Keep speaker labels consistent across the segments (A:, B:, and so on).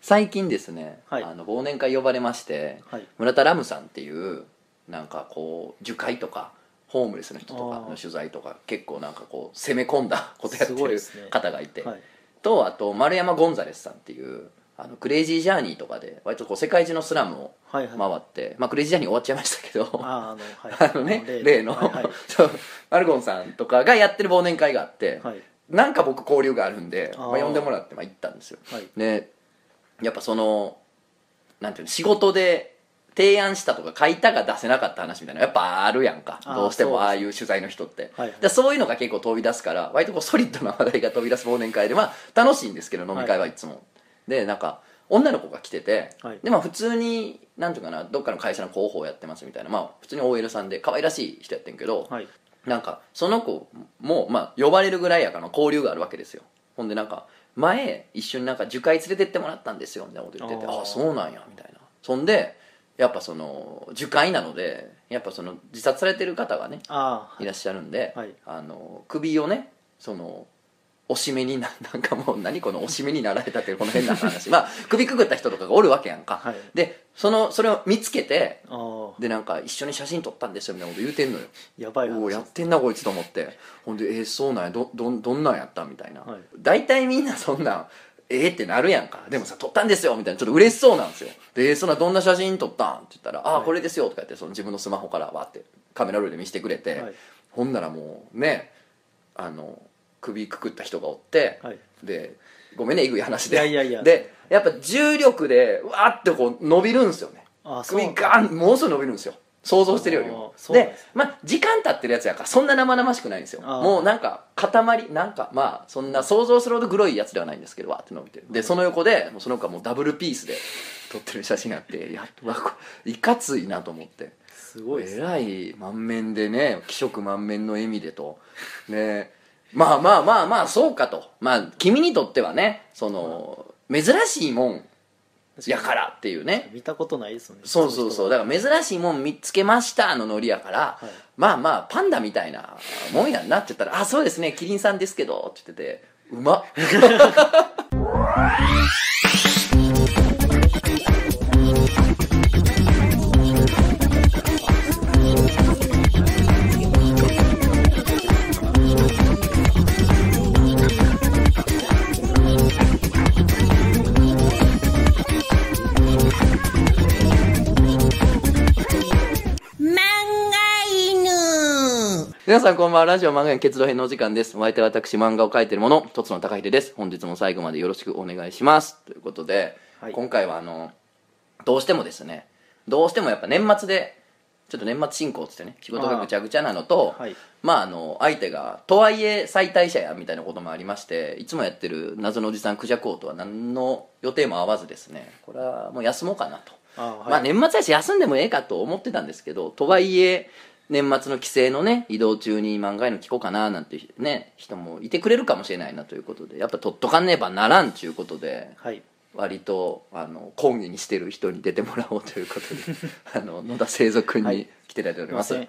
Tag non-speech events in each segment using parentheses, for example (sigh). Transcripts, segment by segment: A: 最近ですね、
B: はい
A: あの忘年会呼ばれまして
B: はい
A: 村田ラムさんっていうなんかこう樹海とかホームレスの人とか
B: あ
A: の
B: ー
A: 取材とか結構なんかこう攻め込んだことやっ
B: すご
A: て
B: いで
A: る
B: すね
A: 方がいて
B: はい
A: とあと丸山ゴンザレスさんっていうあのクレイジージャーニーとかで割とこう世界中のスラムを
B: はいはい、
A: 回って、まあ、クレイジージャーニー終わっちゃいましたけど
B: ああの、は
A: (laughs)
B: い、
A: あのね例の
B: はいはい
A: (laughs) そうマルゴンさんとかがやってる忘年会があって、
B: はい
A: なんか僕交流があるんで
B: あー
A: まあ、呼んでもらってまあ行ったんですよ
B: はい
A: でやっぱそのなんていうの仕事で提案したとか書いたが出せなかった話みたいなのやっぱあるやんか
B: あー
A: どうして
B: そう
A: も
B: です
A: ああいう取材の人って
B: はいはい
A: でそういうのが結構飛び出すから割とこうソリッドな話題が飛び出す忘年会でまあ楽しいんですけど飲み会はいつも、でなんか女の子が来てて、
B: はい
A: でまあ普通になんていうかなどっかの会社の広報やってますみたいなまあ普通に OL さんで可愛らしい人やってんけど、
B: はい
A: なんかその子も、まあ、呼ばれるぐらいやからまあ交流があるわけですよほんでなんか前一緒になんか樹海連れてってもらったんですよみたいなこと言ってて
B: あー
A: ああそうなんやみたいなそんでやっぱその樹海なのでやっぱその自殺されてる方がね
B: ああ
A: いらっしゃるんで、
B: はい
A: あの首をねそのおしめにな (laughs) なんかもう何このおしめになられたっていうこの変な話 (laughs) まあ首くぐった人とかがおるわけやんか、
B: はい
A: でそのそれを見つけて
B: ああ
A: でなんか一緒に写真撮ったんですよみたいなこと言うてんのよ
B: やばい
A: おお
B: 話
A: や
B: で
A: っ
B: す
A: てんなこいつと思ってほんでえーそうなんやどどんどんなんやったみたいな、
B: はい
A: 大体みんなそんなんえー、ってなるやんかでもさ撮ったんですよみたいなちょっと嬉しそうなんですよでえーそんなどんな写真撮ったんって言ったら「ああ
B: はい
A: これですよ」とか言ってその自分のスマホからわーってカメラロールで見せてくれて、
B: はい
A: ほんならもうねあの首くくった人がおって、
B: はい
A: でごめんねえぐい話で
B: いやいやいや
A: でやっぱ重力でわーってこう伸びるんですよね
B: ああそう
A: 首ガーンものすごい伸びるんですよ想像してるよりも
B: あー
A: で
B: そうなんです
A: まあ時間経ってるやつやからそんな生々しくないんですよ
B: あー
A: もうなんか塊なんかまあそんな想像するほどグロいやつではないんですけどわーって伸びてるでその横でもうその子はもうダブルピースで撮ってる写真があってやっとわこれいかついなと思って
B: すごいです
A: え
B: ね
A: らい満面でね気色満面の笑みでとねまあまあまあまあそうかとまあ君にとってはねその珍しいもんやからっていうね
B: 見たことないですもんね
A: そうそうそううだから珍しいもん見つけましたのノリやから、
B: い
A: まあまあパンダみたいなもんやんなって言ったら「あそうですねキリンさんですけど」って言ってて「うまっ」
C: 漫画犬
A: 皆さんこんばんはラジオ漫画園結露編のお時間ですお相手は私漫画を描いてるものとつの高秀です本日も最後までよろしくお願いしますということで、
B: はい
A: 今回はあのどうしてもですねどうしてもやっぱ年末でちょっと年末進行っつってね仕事がぐちゃぐちゃなのと
B: あーはい
A: まああの相手がとはいえ再退社やみたいなこともありましていつもやってる謎のおじさんクジャク王とは何の予定も合わずですねこれはもう休もうかなと
B: あーはい
A: まあ年末やし休んでもええかと思ってたんですけどとはいえ年末の帰省のね移動中に漫画への聞こうかななんてね人もいてくれるかもしれないなということでやっぱ取っとかねばならんちゅうことで
B: はい
A: 割とあの講義にしてる人に出てもらおうということで
B: (laughs)
A: あの野田聖く君
B: は
A: に
B: い
A: 来ていただいてお
B: す
A: り
B: い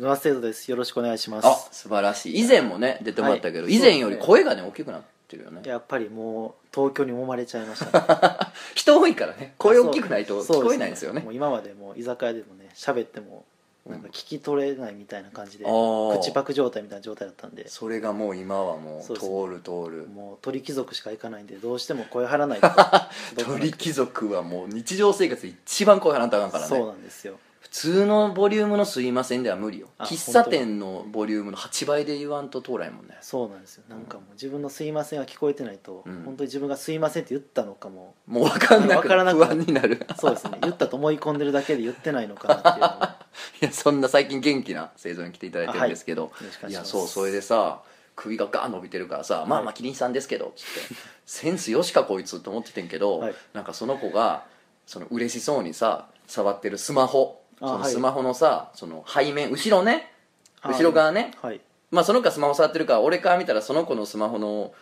A: ま、
B: ますせん野田聖ドですよろしくお願いしま
A: あ
B: す
A: 素晴らしい以前もね出てもらったけど、
B: はい
A: 以前より声がね大きくなってるよね
B: やっぱりもう東京に揉まれちゃいましたね
A: 人多いからね (laughs) 声大きくないと
B: そう
A: 聞こえないんですよね
B: もう今までもう居酒屋でもね喋ってもなんか聞き取れないみたいな感じで、
A: あー
B: 口パク状態みたいな状態だったんで
A: それがもう今はもう
B: そうですね
A: 通る通る
B: もう鳥貴族しか行かないんでどうしても声張ら
A: (laughs)
B: ないと僕は
A: 鳥貴族はもう日常生活で一番声払ったらあかんから
B: そう
A: ね
B: なんですよ
A: 普通のボリュームの「すいません」では無理よ
B: あ
A: 喫茶店のボリュームの8倍で言わんと通らへんもんね
B: そうなんですよなんかもう自分の「すいません」が聞こえてないと、
A: うん
B: 本当に自分が「すいません」って言ったのかも
A: もう分かんなく
B: わからな
A: 不
B: く
A: 安になる
B: そうですね言ったと思い込んでるだけで言ってないのかなっていうのを
A: いやそんな最近元気な生存に来ていただいてるんですけど、
B: あはいよろしくお願
A: い、
B: いし
A: や
B: ます
A: そうそれでさ首がガーン伸びてるからさ「まあまあキリンさんですけど」っつって
B: (laughs)
A: 「センスよしかこいつ」と思っててんけど、
B: はい
A: なんかその子がその嬉しそうにさ触ってるスマホ
B: あ
A: その
B: はい
A: スマホのさ、その背面後ろね
B: あ
A: 後ろ側ね
B: はい
A: まあその子がスマホ触ってるから俺から見たらその子のスマホの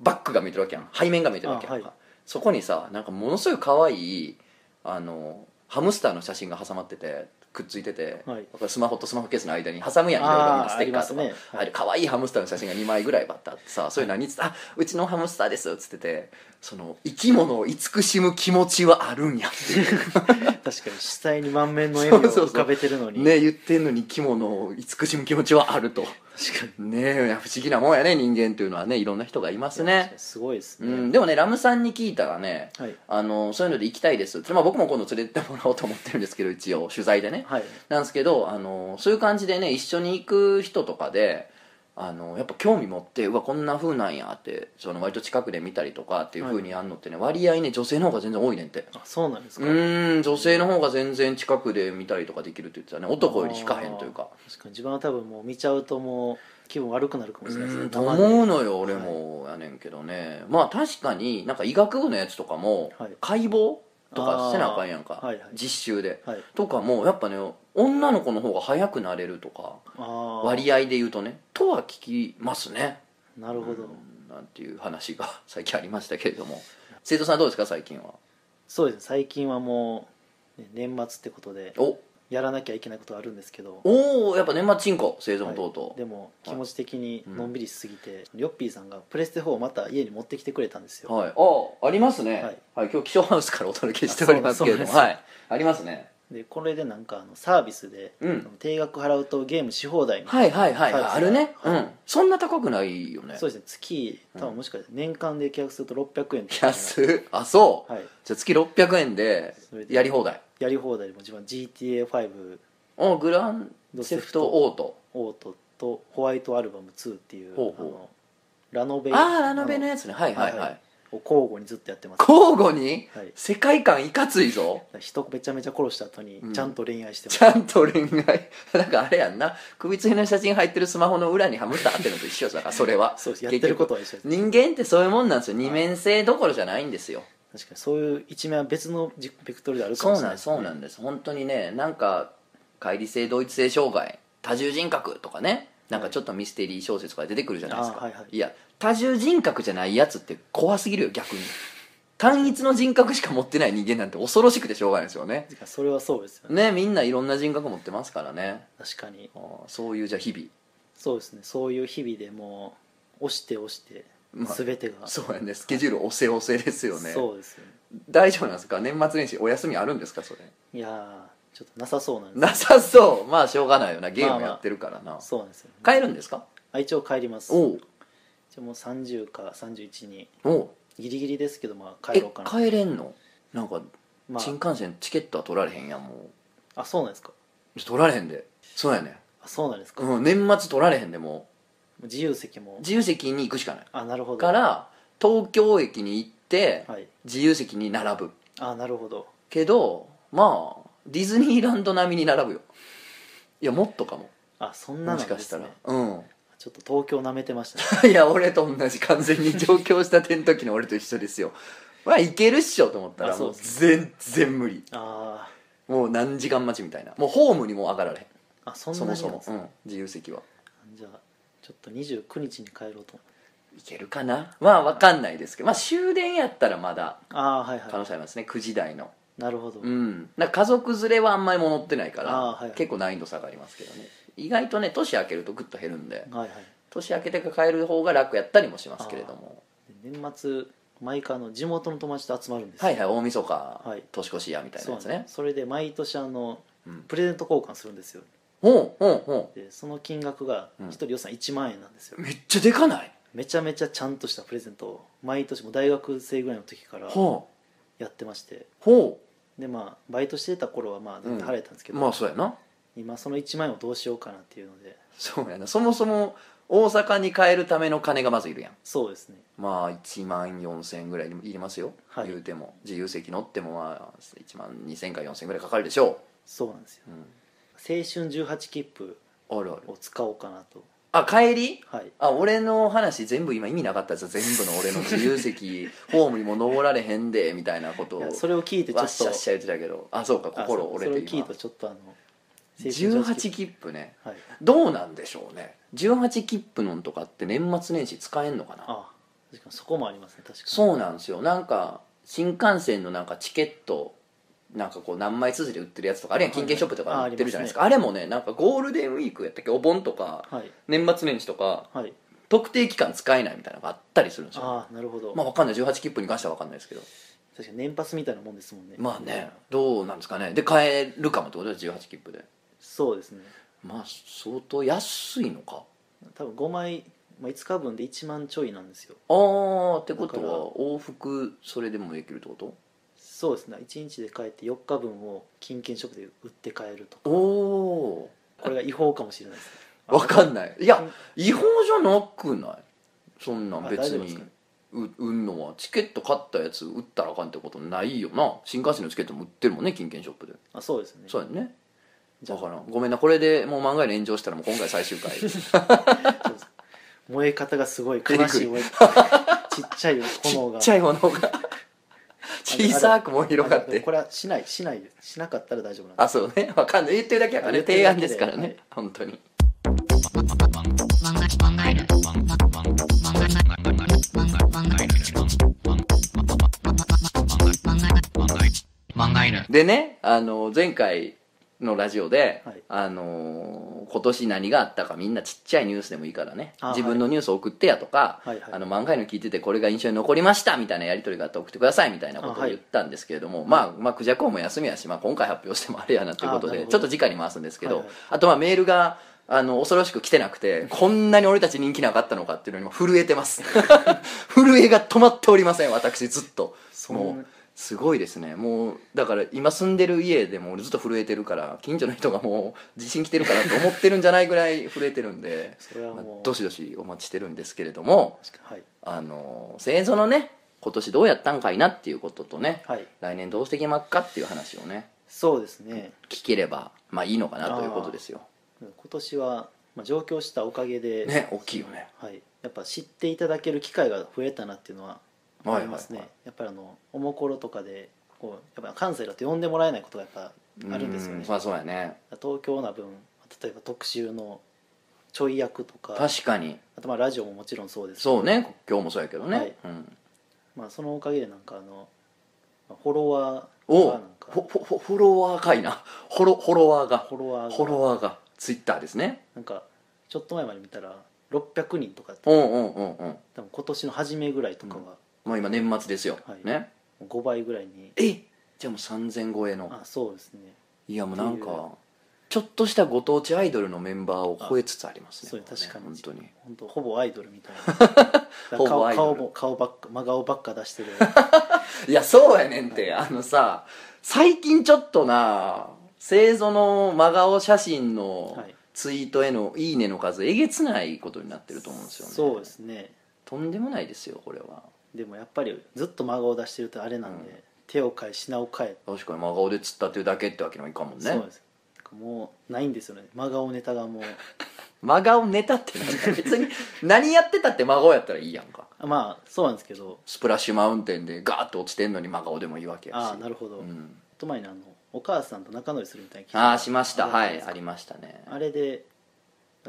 A: バックが見てるわけやん背面が見てるわけやんか、
B: あはい
A: そこにさなんかものすごい可愛いあのハムスターの写真が挟まっててくっついてて、
B: はい
A: これスマホとスマホケースの間に挟むやんみたい
B: あー
A: なステッカーとか
B: あ
A: あ,、
B: りますねはい
A: れ可愛いハムスターの写真が2枚ぐらいバッタってさそれ何っつって「あうちのハムスターです」っつっててその生き物を慈しむ気持ちはあるんやっていう
B: 確かに死体に満面の笑み
A: そ
B: を
A: うそうそう
B: 浮かべてる (laughs) のに
A: ね言ってんのに生き物を慈しむ気持ちはあると
B: 確かに
A: ねえ不思議なもんやね人間というのはねいろんな人がいます
B: 確か
A: ね
B: にすごいです
A: う
B: ね、
A: ん、でもねラムさんに聞いたらね、
B: はい
A: あのそういうので行きたいですって、まあ、僕も今度連れてってもらおうと思ってるんですけど一応取材でね、
B: はい
A: なんですけどあのそういう感じでね一緒に行く人とかであのやっぱ興味持ってうわこんな風なんやってその割と近くで見たりとかっていう風にあんのってね、割合ね女性の方が全然多いねんって
B: あそうなんです
A: う
B: か、
A: ーん女性の方が全然近くで見たりとかできるって言ってたね男より引かへんというか
B: あー確かに自分は多分もう見ちゃうともう気分悪くなるかもしれないです
A: う
B: ね
A: んと
B: たまに
A: 思うのよ俺もやねんけどね、まあ確かになんか医学部のやつとかも
B: はい
A: 解剖とかせなあかんやんか、
B: あーはいはい
A: 実習で
B: はい
A: とかもやっぱね女の子の方が早くなれるとか
B: ああ
A: 割合で言うとねとは聞きますね
B: なるほど、
A: うんなんていう話が (laughs) 最近ありましたけれども生徒さんどうですか最近は
B: そうですね最近はもう、ね、年末ってことで
A: お
B: やらなきゃいけないことあるんですけど
A: おーやっぱ年末進行生徒も
B: はい
A: とうとう、
B: でも気持ち的にのんびりしすぎて、ヨッピーさんがプレステ4をまた家に持ってきてくれたんですよ、
A: はい、あありますね、
B: は
A: はいい今日気象ハウスからお届けしておりますけれども
B: あそうなん
A: はいありますね
B: でこれでなんかあのサービスで、
A: うん
B: 定額払うとゲームし放題みたい
A: はいはいはい
B: サービスが
A: あるね、
B: はい
A: うんそんな高くないよ
B: な
A: ね
B: そうですね月多分もしかして年間で契約すると600円とか
A: 安っあそう、
B: はい
A: じゃあ月600円で
B: それで
A: やり放題
B: やり放題でも自分は GTA5
A: おグランドセフトオート
B: オートとホワイトアルバム2っていう
A: ほうほう
B: あのラノベ
A: ああラノベの
B: あ
A: やつねはいはいはい、
B: はいはのを交互にずっとやってます
A: 交互に、
B: はい
A: 世界観いかついぞ
B: 人めちゃめちゃ殺した後に
A: うん
B: ちゃんと恋愛してます、
A: ちゃんと恋愛 (laughs) なんかあれやんな首つりの写真入ってるスマホの裏にハムスターあってるのと一緒だからそれは
B: そうですやってることは一緒です
A: 結局人間ってそういうもんなんですよ二面性どころじゃないんですよ
B: 確かにそういう一面は別のじベクトルであるか
A: そ
B: も
A: う
B: しれ
A: な
B: なんい
A: です
B: ね
A: そうなんです本当にねなんか乖離性同一性障害多重人格とかねなんかちょっとミステリー小説から出てくるじゃないですか、
B: はいあーはいはい
A: や多重人格じゃないやつって怖すぎるよ逆に単一の人格しか持ってない人間なんて恐ろしくてしょうがないですよね
B: てかそれはそうですよね
A: ねみんないろんな人格持ってますからね
B: 確かに
A: あーそういうじゃあ日々
B: そうですねそういう日々でもう押して押して
A: まあ
B: 全てが、
A: そうやねスケジュール押せ押せですよね
B: そうですよね
A: 大丈夫なんですか年末年始お休みあるんですかそれ
B: いやーちょっとなさそうなんです
A: なさそうまあしょうがないよなゲームやってるからな、
B: そうなんですよ、ね、
A: 帰るんですか
B: あ一応帰ります
A: おう
B: じゃあもう30か31に
A: おう
B: ギリギリですけどまあ帰
A: え
B: ろうかな
A: 帰れんのなんか
B: ま
A: 新幹線チケットは取られへんやんも
B: ああそうなんですか
A: う取られへんでそうやね
B: あそうなんですか、も
A: うん年末取られへんでも
B: う自由席も
A: う自由席に行くしかない
B: あなるほど
A: から東京駅に行って
B: はい
A: 自由席に並ぶ
B: あなるほど
A: けどまあディズニーランド並みに並ぶよいやもっとかも
B: あそん
A: も
B: なの
A: し
B: で
A: かし
B: す
A: た
B: ね
A: らうん (laughs)
B: ちょっと東京なめてましたね
A: いや俺と同じ完全に上京したての時の俺と一緒ですよまあいけるっしょと思った
B: あ
A: ら
B: そ
A: も
B: う
A: う
B: で
A: 全然無理
B: あー
A: もう何時間待ちみたいなもうホームにも上がられ
B: あそ
A: へん
B: ん
A: そ
B: な
A: も
B: にな
A: そ
B: んで
A: も
B: す、
A: う
B: ね
A: ん、自由席は
B: じゃあちょっと29日に帰ろうと思って
A: いけるかなまあ分かんないですけどまあ終電やったらまだ
B: ああはい
A: 可
B: は
A: 能性ありますね9時台の
B: いなるほど、
A: うんなんか家族連れはあんまり戻ってないか
B: あーはい
A: ら
B: はい
A: 結構難易度下がりますけどね意外とね年明けるとグッと減るんで
B: はいはい
A: 年明けてから帰る方が楽やったりもしますけれども
B: で年末毎回あの地元の友達と集まるんですよ
A: はいはい大晦日、
B: はい
A: 年越しやみたいな
B: そう
A: や
B: なん
A: つ
B: ですね
A: ね
B: それで毎年あの
A: うん
B: プレゼント交換するんですよ
A: ほうほうほ
B: でその金額が
A: うん
B: 一人予算1万円なんですよ、
A: うめっちゃでかない
B: めちゃめちゃちゃんとしたプレゼントを毎年もう大学生ぐらいの時から
A: ほう
B: やってまして
A: ほ
B: でまあバイトしてた頃はまあ全然払えたんですけ
A: う
B: ど、
A: まあそうやな
B: 今その1万円をどうしようかなっていうので
A: そうやなそもそも大阪に帰るための金がまずいるやん
B: そうですね
A: まあ1万4000円ぐらいいりますよ、
B: はい
A: 言うても自由席乗ってもまあ1万2000か4000円ぐらいかかるでしょ
B: そうなんですよ
A: う、
B: 青春18切符
A: あるある
B: を使おうかなと
A: あ帰り
B: はい
A: あ俺の話全部今意味なかったです全部の俺の自由席ホームにも登られへんでみたいなこと
B: い
A: を
B: やそれを聞いてちょ
A: わ
B: っ
A: っし
B: と
A: ゃっしゃ言ってたけどあそうか
B: あ
A: 心
B: そう
A: 折
B: それを
A: れて
B: 聞い
A: 今
B: てちょっとあの
A: 18
B: 切
A: 切符ね
B: 符はい
A: どうなんでしょうね18切符のんとかって年末年始使えんのかな
B: あ確かにそこもありますね確かに
A: そうなんですよなんか新幹線のなんかチケットなんかこう何枚続で売ってるやつとかあるいは金券ショップとか
B: は
A: で
B: い
A: 売ってるじゃないですかあれもねなんかゴールデンウィークやったっけお盆とか
B: はい
A: 年末年始とか
B: はい
A: 特定期間使えないみたいなのがあったりするんですよ
B: ああなるほど、
A: まあわかんない18切符に関してはわかんないですけど
B: 確かに年パスみたいなもんですもんね
A: まあねどうなんですかねで買えるかもってことで18切符で
B: そうですね
A: まあ相当安いのか
B: 多分5枚、まあ、5日分で1万ちょいなんですよ
A: ああってこと
B: だから
A: は往復それでもできるってこと
B: そうですね1日で帰って4日分を金券ショップで売って帰る
A: お
B: と
A: お
B: これが違法かもしれないですね
A: わかんないいや
B: うん
A: 違法じゃなくないそんなん
B: あ
A: 別
B: 大丈夫です
A: に
B: か
A: う売んのはチケット買ったやつ売ったらあかんってことないよな新幹線のチケットも売ってるもんね金券ショップで
B: あそうですね
A: そうやんね
B: じゃ
A: だ
B: あ
A: からんごめんなこれでもう漫画への炎上したらもう今回最終回
B: そうです燃え方がすごい
A: ペリクリ (laughs)
B: 悲しい燃えちっちゃい (laughs) 炎
A: ち
B: が
A: っちゃい炎
B: (laughs)
A: が小さく燃え広がっ
B: あで
A: て
B: もこれはしないしないですしなかったら大丈夫なんで
A: あそうね (laughs) わかんない言ってるだけやからね
B: 言って
A: 提
B: るだ
A: 案
B: け
A: で
B: です
A: からね、
B: はい
A: 本当にでねあの前回のラジオで、
B: はい
A: あの今年何があったかみんなちっちゃいニュースでもいいからね
B: あ
A: 自分のニュース送ってやとか、
B: はいはい
A: あの漫画への聞いててこれが印象に残りましたみたいなやり取りがあって送ってくださいみたいなことを
B: あはい
A: 言ったんですけれども、まあ、まあクジャコウも休みやし、まあ、今回発表してもあれやなということ
B: あなる
A: で
B: ほど
A: ちょっと次回に回すんですけど、
B: はいはい
A: あとまあメールがあの恐ろしく来てなくてこんなに俺たち人気なかったのかっていうのにも震えてます
B: (laughs)
A: 震えが止まっておりません私ずっと
B: そんな
A: もうすごいですねもうだから今住んでる家でも俺ずっと震えてるから近所の人がもう地震来てるかなと思ってるんじゃないぐらい震えてるん
B: (laughs)
A: で
B: それはもう
A: まあどしどしお待ちしてるんですけれども
B: 確かに
A: あの製造のね今年どうやったんかいなっていうこととね、
B: はい、はい、
A: 来年どうしていきまっかっていう話をね
B: そうですね
A: 聞ければまあいいのかなということですよ
B: 今年は、まあ、上京したおかげで、
A: ね大きいよね
B: はい、やっぱ知っていただける機会が増えたなっていうのはありますね、
A: はいはい
B: やっぱりあのおもころとかでこうやっぱ関西だと呼んでもらえないことがやっぱあるんですよ
A: う
B: ね
A: まあそうやね
B: 東京な分例えば特集のちょい役とか
A: 確かに
B: あとまあラジオももちろんそうですけど
A: そうね今日もそうやけどね、
B: はい
A: うん、
B: まあ、そのおかげでなんかあのまあフォロワー
A: お
B: がなんか
A: フォフォフォフォロワーかいなフォロフォロワーが
B: フォロワ
A: フォ
B: ー
A: ロ
B: が
A: ワーがツイッターですね
B: なんかちょっと前まで見たら600人とかだった
A: うんうんうんうん
B: 多分今年の初めぐらいとか
A: もう今年末ですよ、
B: はい
A: ね
B: は5倍ぐらいに
A: えじゃあもう3000超えの
B: あそうですね
A: いやもうなん
B: っていう
A: かちょっとしたご当地アイドルのメンバーを超えつつありますね
B: そう
A: これね
B: 確かに
A: 本当に
B: 本当ほぼアイドルみたいな
A: (laughs) ほぼアイド
B: 顔
A: ル
B: 顔も顔ばっか真顔ばっか出して
A: (laughs)
B: る
A: いやそうやねんってあのさ最近ちょっとな製造の真顔写真の
B: はい
A: ツイートへの「いいね」の数えげつないことになってると思うんですよね
B: そうですね
A: とんでもないですよこれは
B: でもやっぱりずっと真顔出してるとあれなんで、手を変え品を変え、
A: 確かに真顔で釣ったっていうだけってわけにはいかんもんね
B: そうですなんかもうないんですよね真顔ネタがもう
A: 真顔ネタってなんか別に (laughs) 何やってたって真顔やったらいいやんか
B: あまあそうなんですけど
A: スプラッシュマウンテンでガーッと落ちてんのに真顔でもいいわけやし
B: ああなるほど、
A: うん、
B: ちょっと前にあのお母さんと仲直りするみたいな記事
A: ああしました
B: あった
A: は
B: じゃない
A: い
B: です
A: あ
B: か
A: りましたね
B: あれで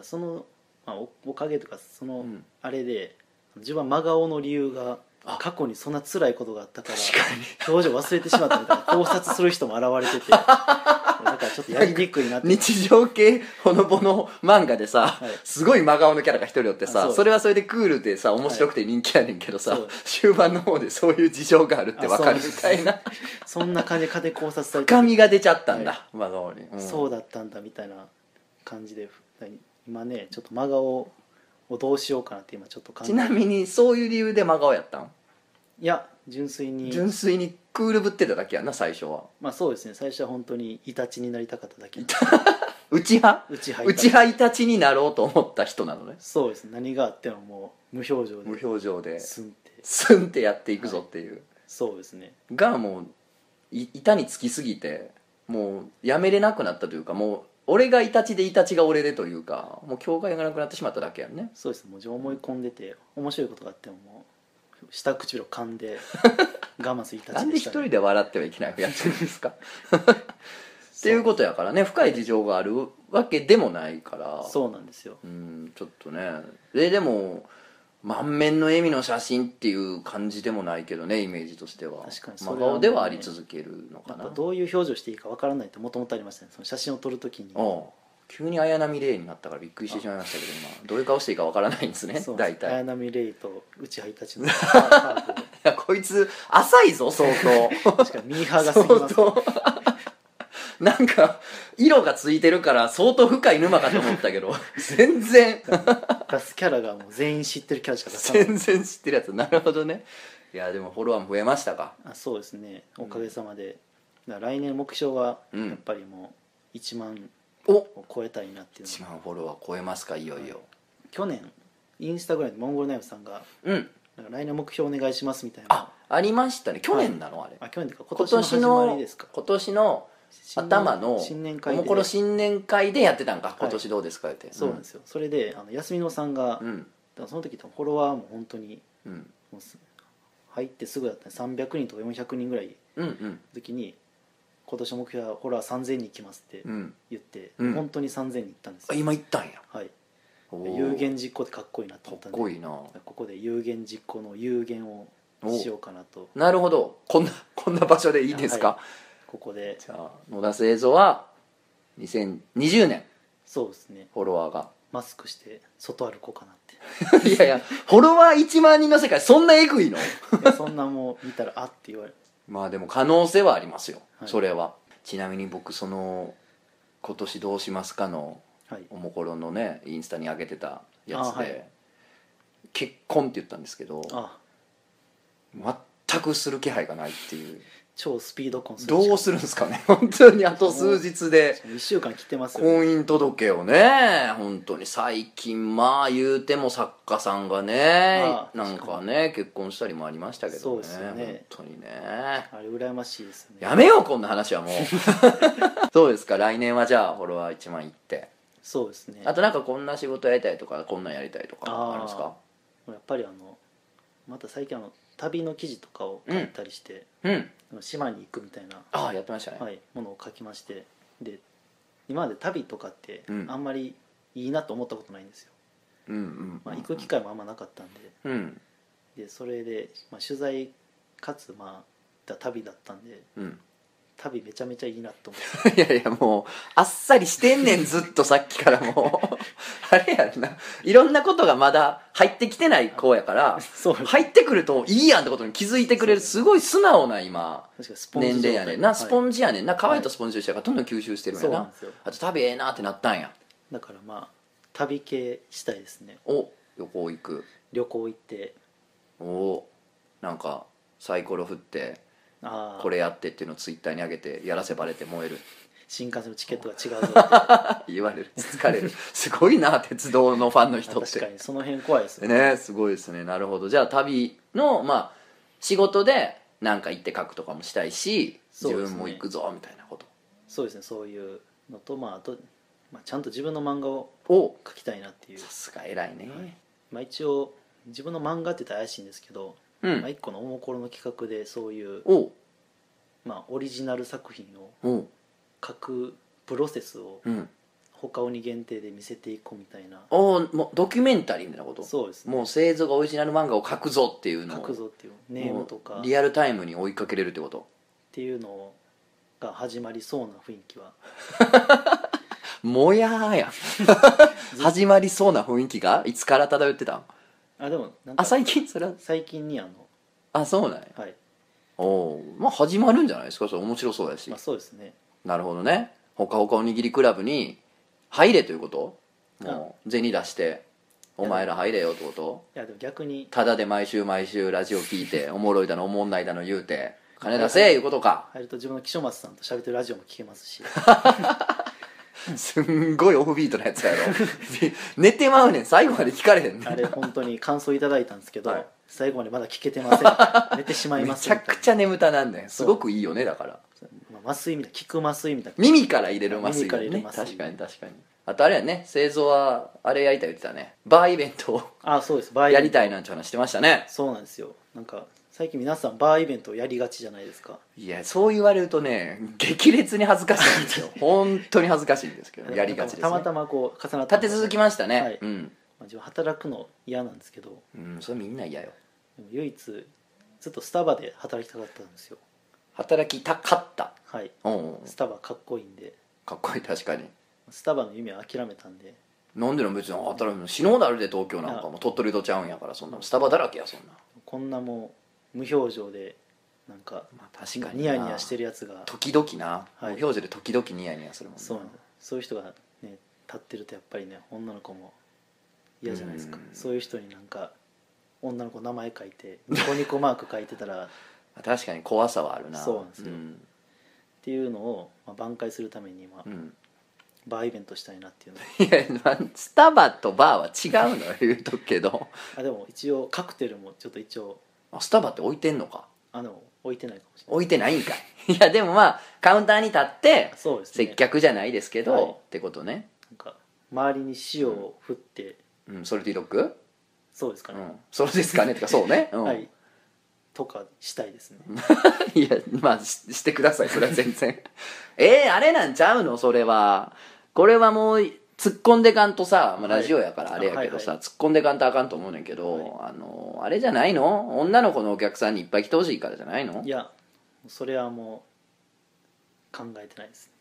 B: その、まあ、おおかげとかその、
A: うん
B: あれで自分は真顔の理由が過去にそんな辛いことがあったから
A: 確かに
B: 表情忘れてしまったみた
A: (laughs)
B: いな考察する人も現れててなんかちょっとやりにくいなって
A: 日常系ほのぼの漫画でさ、
B: い
A: すごい真顔のキャラが一人おって
B: あ
A: さ
B: そ
A: そうれはそれでクールでさ面白くて人気やねんけどさ、
B: そう
A: 終盤の方でそういう事情があるってわかる
B: あ
A: み
B: そう
A: たいな
B: そんな感じで家で考察されて
A: 深みが出ちゃったんだ、真顔に、うん
B: そうだったんだみたいな感じで今ねちょっと真顔をどうしようかなって今ちょっと考え
A: ちなみにそういう理由で真顔やったん
B: いや純粋に
A: 純粋にクールぶってただけやんな最初は
B: まあそうですね最初は本当にイタチになりたかっただけ
A: うちは
B: うち入
A: うちはいたちになろうと思った人なのね
B: そうです何があってももう無表情
A: 無
B: で
A: 表情です
B: んって
A: スンってやっていくぞっていう、
B: そうですね
A: がもうい板につきすぎてもうやめれなくなったというかもう俺がイタチでイタチが俺でというかもう境界がなくなってしまっただけやんね
B: そうですもう思い込んでて面白いことがあってももう下唇を噛
A: (laughs)
B: んで我慢するイタ
A: な
B: チ
A: んで
B: で
A: 一
B: した、ね、
A: 人で笑ってはいけないやつなんですか (laughs) っていうことやからね深い事情があるわけでもないから
B: そうなんですよ
A: うんちょっとねででも満面の笑みの写真っていう感じでもないけどねイメージとしては
B: 確かにそ
A: 真
B: れは
A: 顔ではあり続けるの
B: や
A: か
B: っ
A: な
B: ぱどういう表情していいかわからないってもともとありましたねその写真を撮るときに
A: おう急に綾波レイになったからびっくりしてしまいましたけど今どういう顔していいかわからないんですね
B: そう
A: 大体
B: 綾波レイと内ハイタ
A: (laughs)
B: チのハーフ
A: いやこいつ浅いぞ相当
B: (laughs) 確かにミーハーが過ぎますね
A: 相当 (laughs) なんか色がついてるから相当深い沼かと思った
B: (laughs)
A: けど全然
B: 出すキャラがもう全員知ってるキャラしか出さない
A: 全然知ってるやつなるほどねいやでもフォロワーも増えましたか
B: あそうですねおかげさまで、だから来年目標は
A: う
B: や
A: ん
B: っぱりもう1万
A: お
B: を超えたいなっていうの
A: 1
B: が、
A: 万フォロワー超えますかいよいよ、
B: 去年インスタぐらいでモンゴルナイフさんが
A: うん
B: なんか来年目標お願いしますみたいな
A: あありましたね去年なの、あれ
B: あ去年とか今
A: 今年
B: 年の始
A: の
B: まりですか
A: 今年の
B: 新年
A: 頭の
B: 新年会で
A: もうこの新年会でやってたんか、
B: い
A: 今年どうですかって
B: そうなんですよ、それであの休みのさんが、
A: う
B: だか
A: ん
B: らその時多分フォロワーも本当に
A: うん
B: もうす入ってすぐだったね300人とか400人ぐらいの
A: うんうん
B: 時に今年の目標はフォロワー3000人いきますって
A: うん
B: 言って、
A: うん
B: 本当に3000人いったんです
A: あ
B: よ、
A: 今行ったんや
B: はい、
A: おー
B: 有言実行ってかっこいいな
A: か
B: と思
A: っ
B: ったんで
A: こいいな
B: ここで有言実行の有言をしようかなと
A: なるほどこんな (laughs) こんな場所でいいですか、
B: はここで
A: じゃあ野田製造は2020年
B: そうですね
A: フォロワーが (laughs)
B: マスクして外歩こうかなって
A: いやいやフォロワー1万人の世界そんなえぐいの
B: いやそんなもう見たらあって言われる
A: まあでも可能性はありますよ、
B: はい
A: それはちなみに僕その「今年どうしますか?」の
B: はい
A: おもころのねインスタに上げてたやつで、
B: あはい
A: 結婚って言ったんですけど
B: あ
A: 全くする気配がないっていう
B: 超スピード婚するしか
A: どうするんですかね (laughs) 本当にあと数日で
B: しかも1週間切ってますよ、ね、
A: 婚姻届をね本当に最近まあ言うても作家さんがね
B: まあ
A: なんかね結婚したりもありましたけどね
B: そうですよね
A: 本当にね
B: あれ羨ましいですよね
A: やめようこんな話
B: (laughs)
A: はもうそうですか来年はじゃあフォロワー1万いって
B: そうですね
A: あとなんかこんな仕事やりたいとかこんなんやりたいとか
B: あー
A: あるんですか
B: やっぱりあのまた最近あの旅の記事とかを書いたりして、
A: うん
B: 島に行くみたいな、
A: ああやってましたね、
B: はい、ものを書きましてで今まで旅とかって
A: うん
B: あんまりいいなと思ったことないんですよ、
A: うんうん、
B: まあ、行く機会もあんまなかったんで
A: うん
B: でそれで、まあ、取材かつまあだ旅だったんで
A: うん
B: 旅めちゃめちゃいいなと思
A: (laughs)
B: っ
A: い
B: て
A: やいやもうあっさりしてんねんずっとさっきからもう (laughs) あれやんないろんなことがまだ入ってきてない子やから
B: そう確か
A: 入ってくるといいやんってことに気づいてくれるすごい素直な今
B: にスポンジ
A: 年齢やねんなス
B: ン
A: ポンジやねんな乾いたスポンジとしてからどんどん吸収してるんや
B: そう
A: な、
B: なんですよ
A: あと旅ええなってなったんや
B: だからまあ旅系したいですね
A: お旅行行く
B: 旅行行って
A: おおなんかサイコロ振って
B: ああ
A: これやってっていうのをツイッターに上げてやらせばれて燃
B: (laughs)
A: える
B: 新幹線のチケットが違うぞって
A: 言われる疲れるすごいな鉄道のファンの (laughs) 人っ
B: 確か
A: て
B: にその辺怖いですよね
A: ねすごいですねなるほどじゃあ旅のまあ仕事でなんか行って書くとかもしたいし、
B: そう
A: 自
B: ですね
A: 分も行くぞみたいなこと
B: そうですねそういうのとまああと、まあ、ちゃんと自分の漫画を
A: お
B: 描きたいなっていう
A: さ、すが偉いね、
B: まあ、一応自分の漫画って言ったら怪しいんですけど、
A: う
B: まあ、
A: ん
B: 一個のおもころの企画でそういう、
A: お
B: まあ、オリジナル作品を
A: お
B: 書くプロセスを
A: うん
B: 他に限定で見せていこうみたいな
A: おーもうドキュメンタリーみたいなこと
B: そうですね
A: もう製造がオリジナル漫画を描くぞっていうの
B: 書
A: を
B: くぞっていうネームとか
A: も
B: っ
A: うリアルタイムに追いかけれるってこと
B: ていうのが始まりそうな雰囲気は
A: もやーや (laughs) 始まりそうな雰囲気がいつから漂ってたん
B: あでもな
A: あ
B: んか
A: 最近それは
B: 最近にあの
A: あそうなんや
B: はい
A: おおーまあ始まるんじゃないですかそれ面白そうやし
B: まあそうですね
A: なるほどねほかほかおにぎりクラブに入れということもう銭出してお前ら入れよってこと
B: いやでも逆に
A: ただで毎週毎週ラジオ聞い
B: (laughs)
A: ておもろいだのおもんないだの言うて金出せいうことか
B: 入ると自分の岸松さんと喋ってるラジオも聞けますし
A: すんごいオフビートなやつやろ (laughs) 寝てまうねん最後まで聞かれへんね
B: あ
A: ん
B: れ本当に感想いただいたんですけど、
A: はい
B: 最後までまだ聞けてません寝てしまい
A: め
B: ます
A: ちゃくち
B: ゃ、
A: ゃ眠たなんねんすごくいいよねだから
B: まあ、麻酔みたいな聞く麻酔みたいな
A: 耳から入れる麻酔
B: 耳から入れ
A: ね
B: る麻
A: 確
B: 酔
A: かに確かにあとあれやね製造はあれやりたい言ってたねバーイベントを
B: あそうですバーイベン
A: や
B: ト
A: りたいなんて話してましたね
B: そうなんですよなんか最近皆さんバーイベントをやりがちじゃないですか
A: いやそう言われるとね激烈に恥ずかしいん
B: (laughs)
A: ですよ本当に恥ずかしいんですけどやりがちです、ね、
B: たまたまこう重なって
A: 立て続きましたね、
B: はい
A: うん
B: あ、自分働くの嫌なんですけど
A: うんそれみんな嫌よ
B: でも唯一ずっとスタバで働きたかったんですよ
A: 働きたかった
B: はい
A: うんうん
B: スタバかっこいいんで
A: かっこいい確かに
B: スタバの夢は諦めたんで
A: なんでの別に働くの死のうなるで東京なんかも鳥取とちゃうんやからそんなスタバだらけやそんな、
B: こんなもう無表情でなんか
A: まあ、確かに
B: ニヤニヤして
A: る
B: るやつが
A: 時々な、
B: はい
A: 無表情で時々ニヤニヤするもんな
B: そうなのそういう人がね立ってるとやっぱりね女の子も嫌じゃないですか
A: うん
B: そういう人になんか女の子名前書いてニコニコマーク書いてたら (laughs) っ
A: 確かに怖さはあるな
B: そうなんですよ
A: ん
B: ていうのを、まあ、挽回するために、まあ
A: う、ん
B: バーイベントしたいなっていうの
A: いやまあスタバとバーは違うのよ言うとくけど
B: あでも一応カクテルもちょっと一応
A: あスタバって置いてんのか
B: あの置いてないかもしれない
A: 置いてないんか (laughs) いいやでもまあカウンターに立って
B: そうですね
A: 接客じゃないですけど、
B: はい
A: ってことね、
B: なんか周りに塩を振って、
A: うん、ソルティドッグ、
B: そうですか
A: う
B: ね、
A: ん、それですか
B: (laughs)
A: ねとかそうね、うん
B: はいとかしたいですね、
A: いやまあししてくださいそれは全
B: (laughs)
A: 然えー、あれなんちゃうのそれはこれはもう突っ込んでかんとさ、まあ、
B: はい
A: ラジオやからあれやけどさ、
B: あは
A: 突っ込んでかんとあかんと思うねんけど、あのあれじゃないの女の子のお客さんにいっぱい来てほしいからじゃないの
B: いやそれはもう考えてないですね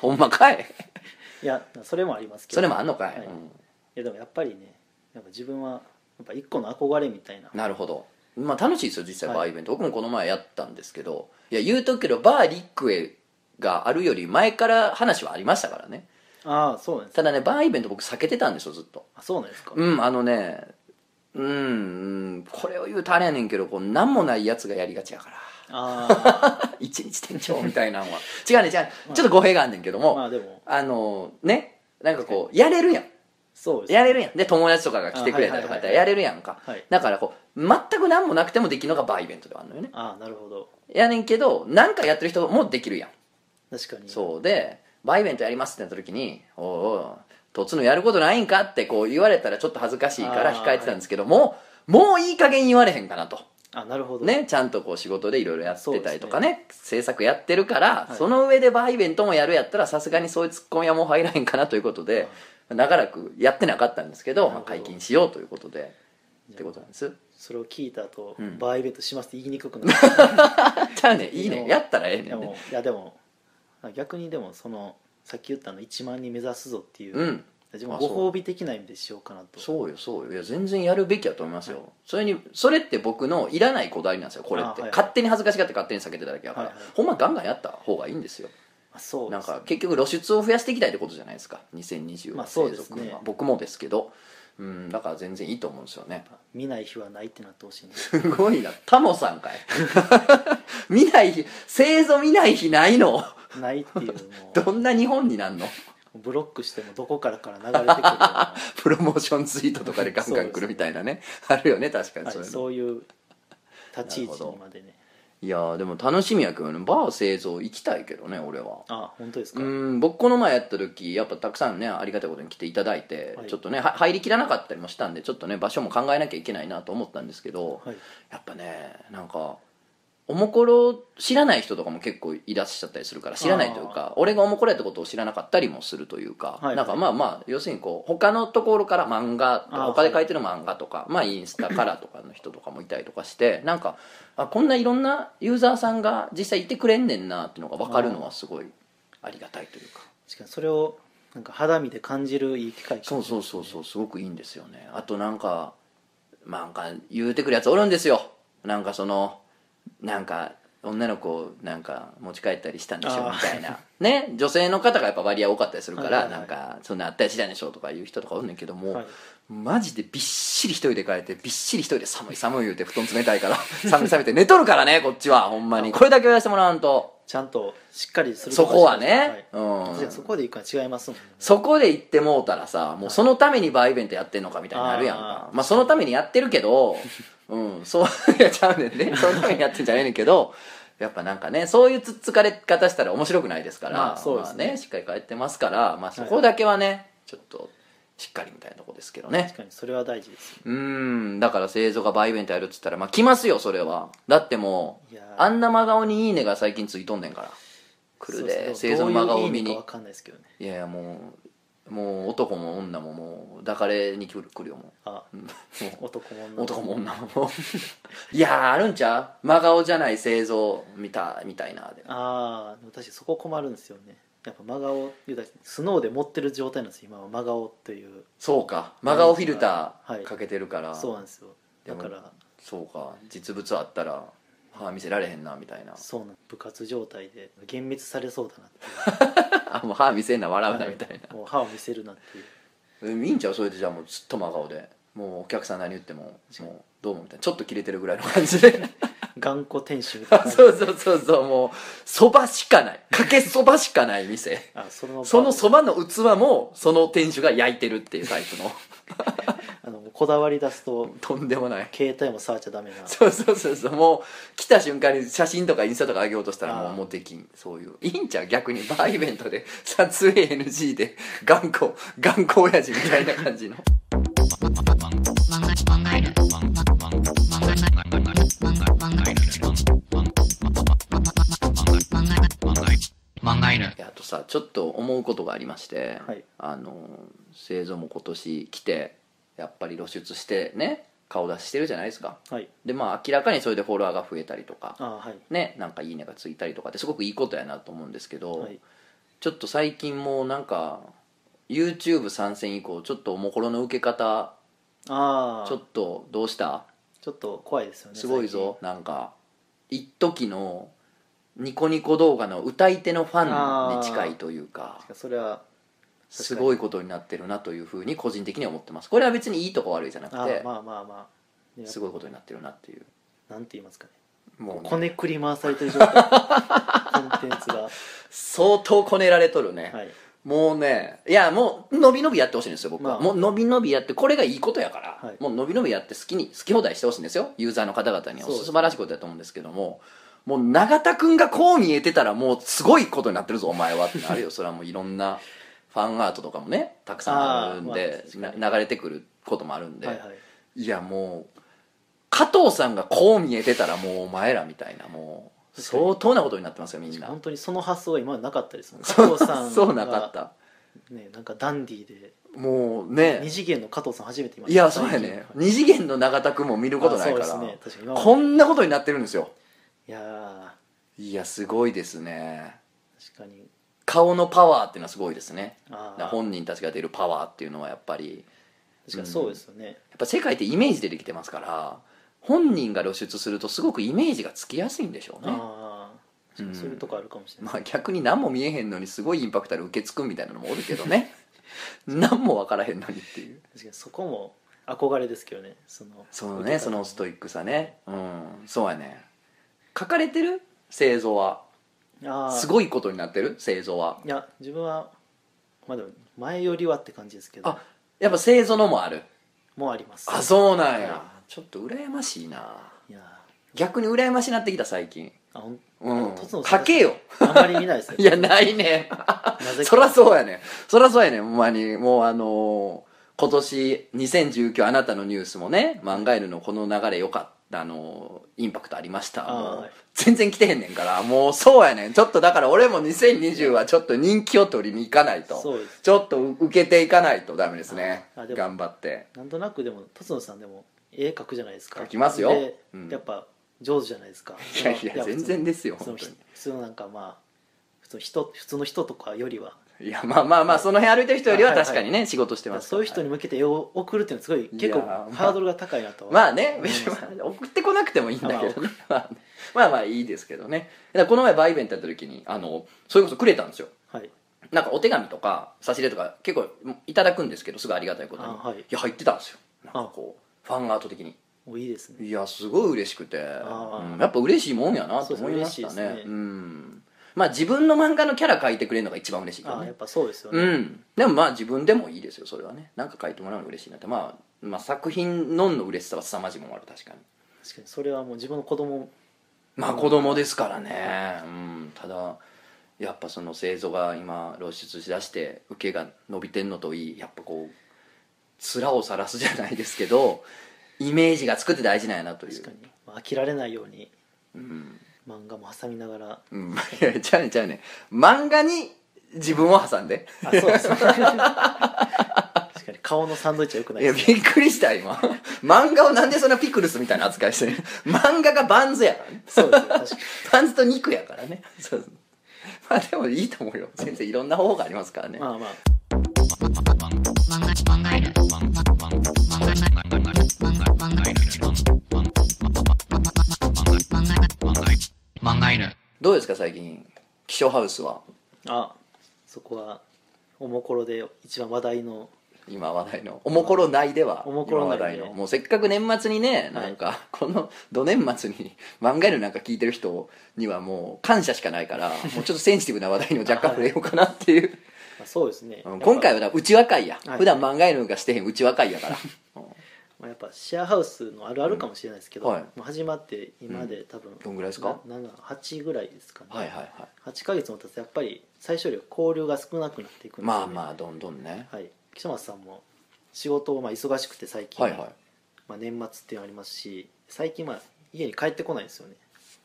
A: ほんま
B: (laughs)
A: かい
B: いやそれもありますけど
A: それもあんのかい、
B: はい
A: うん
B: いやでもやっぱりねやっぱ自分はやっぱ一個の憧れみたいな
A: なるほどまあ楽しいですよ実際
B: は
A: バ
B: い
A: ーイベント、僕もこの前やったんですけどいや言うとくけどバーリックエがあるより前から話はありましたからね
B: ああそうなんです
A: ただねバーイベント僕避けてたんですよずっと
B: あそうなんですか、
A: うんあのねうんうんこれを言うとあれやねんけどこう何もないやつがやりがちやから (laughs)
B: あ
A: 一日店長みたいなのは違うね違うねちょっと語弊があんねんけど (laughs)
B: あ
A: も、
B: まあでも
A: あのねなんかこうやれるやん
B: そうです
A: やれるやんで友達とかが来てくれたりとかやったらやれるやんか、
B: はい
A: だからこう全く何もなくてもできるのがバーイベントではあるのよね
B: ああなるほど
A: やねんけど何かやってる人もできるやん
B: 確かに
A: そうでバーイベントやりますってなった時に「おうおうとつのやることないんか?」ってこう言われたらちょっと恥ずかしいから
B: あー
A: 控えてたんですけども、もういい加減言われへんかなと
B: あなるほど
A: ねちゃんとこう仕事でいろいろやってたりとかね制作やってるから、
B: はい
A: その上でバーイベントもやるやったらさすがにそういうツッコミはもう入らへんかなということで、長らくやってなかったんですけど
B: なる
A: ま
B: ほ
A: あ、
B: ど
A: 解禁しようということで
B: じゃあ
A: ってことなんです
B: それを (laughs) 聞いた後、
A: うん
B: バーイベントしますって言いにくくなる
A: あじゃあね (laughs) いいねやったらええね
B: で
A: んね
B: もいやでも逆にでもそのさっき言ったの1万人目指すぞっていう、
A: うん
B: 自分
A: あ
B: は
A: そう
B: ご褒美的な意味でしようかなと
A: そうよそうよいや全然やるべきやと思いますよ、
B: はい
A: それにそれって僕のいらないこだわりなんですよこれって、
B: あはいはい
A: 勝手に恥ずかしがって勝手に避けてただけだから、
B: はいはい
A: ほんまガンガンやった方がいいんですよ
B: あそう
A: なん
B: ですね
A: か結局露出を増やしていきたいってことじゃないですか2020
B: ま
A: は
B: あそ
A: 生
B: うです
A: 続
B: ね
A: は、僕もですけどうんだから全然いいと思うんですよね (laughs)
B: 見ない日はないってなってほしいんです
A: すごいなタモさんかい (laughs) 見ない日製造見ない日ない
B: (laughs)
A: の
B: ないっていうのを
A: どんな日本になんの (laughs)
B: ブロックしてもどこからから流れてくるような
A: プロモーションツイートとかでガンガン来るみたいなねあるよね確かに
B: はい、
A: そういうの
B: そういう立ち位置にまでね
A: いやーでも楽しみやけどねバー製造行きたいけどね俺は
B: あ本当です
A: う
B: か、
A: ん僕この前やった時やっぱたくさんねありがたいことに来ていただいて、
B: はい
A: ちょっとねは入りきらなかったりもしたんでちょっとね場所も考えなきゃいけないなと思ったんですけど、
B: はい、
A: やっぱねなんかおもころ知らない人とかも結構いらっしゃったりするから知らないというか俺がおもころやったことを知らなかったりもするというか、
B: はいはい
A: なんかまあまあ要するにこう他のところから漫画とか
B: あー
A: 他で書いてる漫画とか、まあインスタからとかの人とかもいたりとかしてなんかあこんないろんなユーザーさんが実際いてくれんねんなっていうのが分かるのはすごいありがたいというか
B: 確かにそれをなんか肌身で感じるいい機会
A: そうそうそうそうすごくいいんですよねあとなんかなんか言うてくるやつおるんですよなんかそのなんか女の子をなんか持ち帰ったりしたんでしょ
B: あー
A: みたいなね女性の方がやっぱ割合多かったりするから、
B: はいはいはい
A: なんかそんなあったりしたんでしょとかいう人とかおるねんけども、
B: はい
A: マジでびっしり一人で帰ってびっしり一人で寒い寒い言うて布団冷たいから (laughs) 寒い寒いって寝とるからねこっちはほんまにこれだけ言わせてもらわんと
B: ちゃんとしっかりする
A: そこはね、
B: はい確か
A: う
B: に
A: ん
B: そこで行くのは違いますもんね
A: そこで行ってもうたらさもうそのためにバーイベントやってんのかみたいになるやん
B: あ
A: かまあそのためにやってるけ
B: (laughs)
A: どうんそういやちゃうねんねそのためにやってんじゃねえねんけどやっぱなんかねそういうつっつかれ方したら面白くないですから、
B: まあそうですね
A: まあしっかり帰ってますから、まあ、そこだけはね、ちょっとしっかりみたいなとこですけどね
B: 確かにそれは大事ですよ
A: うんだから製造がバーイベントやるっつったらまあ来ますよそれはだっても
B: いうやー
A: あんな真顔に「いいね」が最近ついとんねんから来るで
B: そう
A: 製造の真
B: どう
A: 顔を
B: いう意
A: 見
B: 味
A: に
B: か分かんないですけどね
A: いやいやもうもう男も女ももう抱かれに来る来るよも
B: あ
A: ううんも
B: 男も女
A: う
B: も
A: 男も女ももう (laughs) いやーあるんちゃう真顔じゃない製造見たみたいなで
B: ああ私そこ困るんですよねやっぱ真顔言うたらスノーで持ってる状態なんですよ今は真顔っていう
A: そうか真顔フィルタ
B: は
A: ー
B: い
A: かけてるから、
B: そうなんですよ
A: で
B: だ
A: も
B: から
A: そうか実物あったら歯見せられへんなみたいな (laughs)
B: そうなん部活状態で幻滅されそうだなっていう
A: あもう歯見せんな笑うなみたいな、
B: もう歯を見せるなっていう
A: うん、いいんちゃうそれでじゃあもうずっと真顔でもうお客さん何言ってももうどうもみたいなちょっとキレてるぐらいの感じで (laughs)
B: 頑固天使みたいな
A: あそうそうそうそうもうそばしかないかけそばしかない店
B: あその
A: そのそばの器もその店主が焼いてるっていうタイプの (laughs)
B: あのこだわり出すと
A: とんでもない
B: 携帯も触っちゃダメな
A: そうそうそうそうもう来た瞬間に写真とかインスタとか上げようとしたらも
B: あ
A: う
B: ー
A: もうできんそういういいんちゃう逆にバーイベントで撮影 NG で頑固頑固親父みたいな感じの
C: 망가이는
A: いやあとさちょっと思うことがありまして、
B: はい
A: あの製造も今年来てやっぱり露出してね顔出ししてるじゃないですか
B: はい
A: でまあ明らかにそれでフォロワーが増えたりとか
B: あはい
A: ねなんかいいねがついたりとかってすごくいいことやなと思うんですけど、
B: はい
A: ちょっと最近もうなんか YouTube 参戦以降ちょっとおもころの受け方
B: ああ
A: ちょっとどうした
B: ちょっと怖いですよね
A: すごいぞなんか一時のニコニコ動画の歌い手のファンに近いというか
B: 最近それはに
A: すごいことになってるなというふうに個人的には思ってますこれは別にいいとか悪いじゃなく
B: あ
A: て
B: ーまあまあまあいや
A: すごいことになってるなっていう
B: なんて言いますかね
A: もう
B: こ
A: ね
B: ねくり回されてる状態コンテンツが
A: 相当こねられとるね、
B: はい
A: もうねいやもう伸び伸びやってほしいんですよ僕は、
B: まあ
A: もう伸び伸びやってこれがいいことやから、
B: はい
A: もう伸び伸びやって好きに好き放題してほしいんですよユーザーの方々には
B: そうですね
A: 素晴らしいことだと思うんですけどももう永田君がこう見えてたらもうすごいことになってるぞお前はってな
B: (laughs)
A: るよそれはもういろんなファンアートとかもねたくさんあるんで
B: あー、まあ確かに
A: な流れてくることもあるんで、
B: はいはい
A: いやもう加藤さんがこう見えてたらもうお前らみたいなもう
B: 確かに
A: 相当なことになってますよみんな
B: 本当にその発想は今までなかったですもん加藤さんが
A: そうなかった
B: ねなんかダンディーで
A: もうね
B: 二次元の加藤さん初めて見ま
A: い
B: した
A: やそうやね二次元の永田君も見ることないか
B: あ
A: ら、
B: そうですね確かに今まで
A: こんなことになってるんですよ
B: いやー
A: いやすごいですね
B: 確かに
A: 顔のパワーっていうのはすごいですね
B: あ
A: だから
B: ー
A: 本人たちが出るパワーっていうのはやっぱり
B: 確かにそうですよね、
A: やっぱ世界ってイメージでできてますから本人が露出するとすごくイメージがつきやすいんでしょうね
B: ああ確かにそういうとこあるかもしれない、
A: まあ逆に何も見えへんのにすごいインパクトある受け付くみたいなのもおるけど (laughs) ね何も分からへんのにっていう
B: 確かにそこも憧れですけどねその
A: そうねそのストイックさねうんそうやね書かれてる製造は
B: ああ
A: す
B: い
A: ごいことになってる製造はい
B: や自分はまあでも前よりはって感じですけど
A: あやっぱ製造のもある
B: もうあります
A: あそうなん
B: はい
A: やちょっと羨ましいない
B: や
A: 逆に羨ましなってきた最近
B: ーあほん
A: うん
B: とつの
A: かけよ
B: あんまり見ないですね
A: (laughs) いやないね
B: なぜ
A: そ
B: から
A: そうやねそらそうやねほんまにもうあのー今年2019あなたのニュースもね漫画犬のこの流れ良かったあのーインパクトありました
B: あー
A: もう
B: はい
A: 全然来てへんねんからもうそうやねんちょっとだから俺も2020はちょっと人気を取りに行かないと
B: そうです
A: ちょっと受けていかないとダメですね
B: あでも
A: 頑張って
B: なんとなくでも辰野さんでも絵描くじゃないですか
A: 描きますよ
B: で
A: うん
B: やっぱ上手じゃないですか
A: いやいや
B: その
A: 全然ですよ
B: 普通の
A: 本当に
B: 普通のなんかまあ普通の人普通の人とかよりはい
A: やまあまあまあその辺歩いてる人よりは
B: はいはい
A: 確かにね仕事してますか
B: そ
A: ら
B: ういう人に向けて絵を送るっていうのはすごい結
A: いやーま
B: 構
A: あ
B: ハードルが高いなと
A: まあね
B: 思い
A: 別に
B: ました
A: まあ送ってこなくてもいいんだけどねまあ (laughs) まあまあいいですけどねだからこの前バーイベントやった時にあのそれこそくれたんですよ
B: はい
A: なんかお手紙とか差し入れとか結構いただくんですけどすごいありがたいことに、
B: あはい
A: や入ってたんですよなん
B: あ
A: かこうファンアート的に
B: もういいですね
A: いやすごい嬉しくて、
B: あー
A: うんやっぱ嬉しいもんやなと思いました
B: そうですね
A: ね
B: 嬉しいですね
A: うんまあ自分の漫画のキャラ描いてくれるのが一番嬉しいけど
B: あ
A: ね
B: やっぱそうですよね、
A: うん、でもまあ自分でもいいですよそれはねなんか書いてもらうの嬉しいなって、まあ、まあ作品のんの嬉しさは凄まじいもんある確かに
B: 確かにそれはもう自分の子供
A: まあ子供ですからね、うん、ただやっぱその製造が今露出しだして受けが伸びてんのといいやっぱこう面を晒すじゃないですけどイメージがつくって大事なんやなという
B: 確かに、まあ、飽きられないように
A: うん
B: 漫画も挟みながら
A: (laughs) うん、いやちゃうねちゃうね漫画に自分を挟んで
B: あそうですね確かに顔のサンドイッチはよくない
A: いや
B: ですね
A: びっくりした今漫画をなんでそんなピクルスみたいな扱いしてる漫画がバンズやからね
B: そうですね確かに
A: パンツと肉やからねそうそうまあでもいいと思うよ先生いろんな方法がありますからね、 (laughs)
B: まあまあ
A: どうですか最近気象ハウスは
B: あそこはおもころで一番話題の
A: 今話題のおもころ内では
B: おもころ内で
A: 今話題のもうせっかく年末にねなんか、このど年末に漫画のなんか聞いてる人にはもう感謝しかない
B: (laughs)
A: からもうちょっとセンシティブな話題にも若干触れようかなっていう、
B: まあ (laughs) そうですね
A: うん今回は
B: は
A: だからうちわ会や、
B: はい
A: 普段漫画犬がしてへんうちわ会やから
B: やっぱシェアハウスのあるあるかもしれないですけど、
A: うんはい
B: もう始まって今で多分、
A: どんぐらいですか
B: なな8ぐらいですかね、
A: はいはいはい
B: 8ヶ月も経つとやっぱり最初より交流が少なくなっていくんです
A: まあ
B: よね
A: まあどんどんね、
B: はい北松さんも仕事をまあ忙しくて最近、
A: はいはい
B: まあ、年末っていうのありますし最近まあ家に帰ってこないんですよね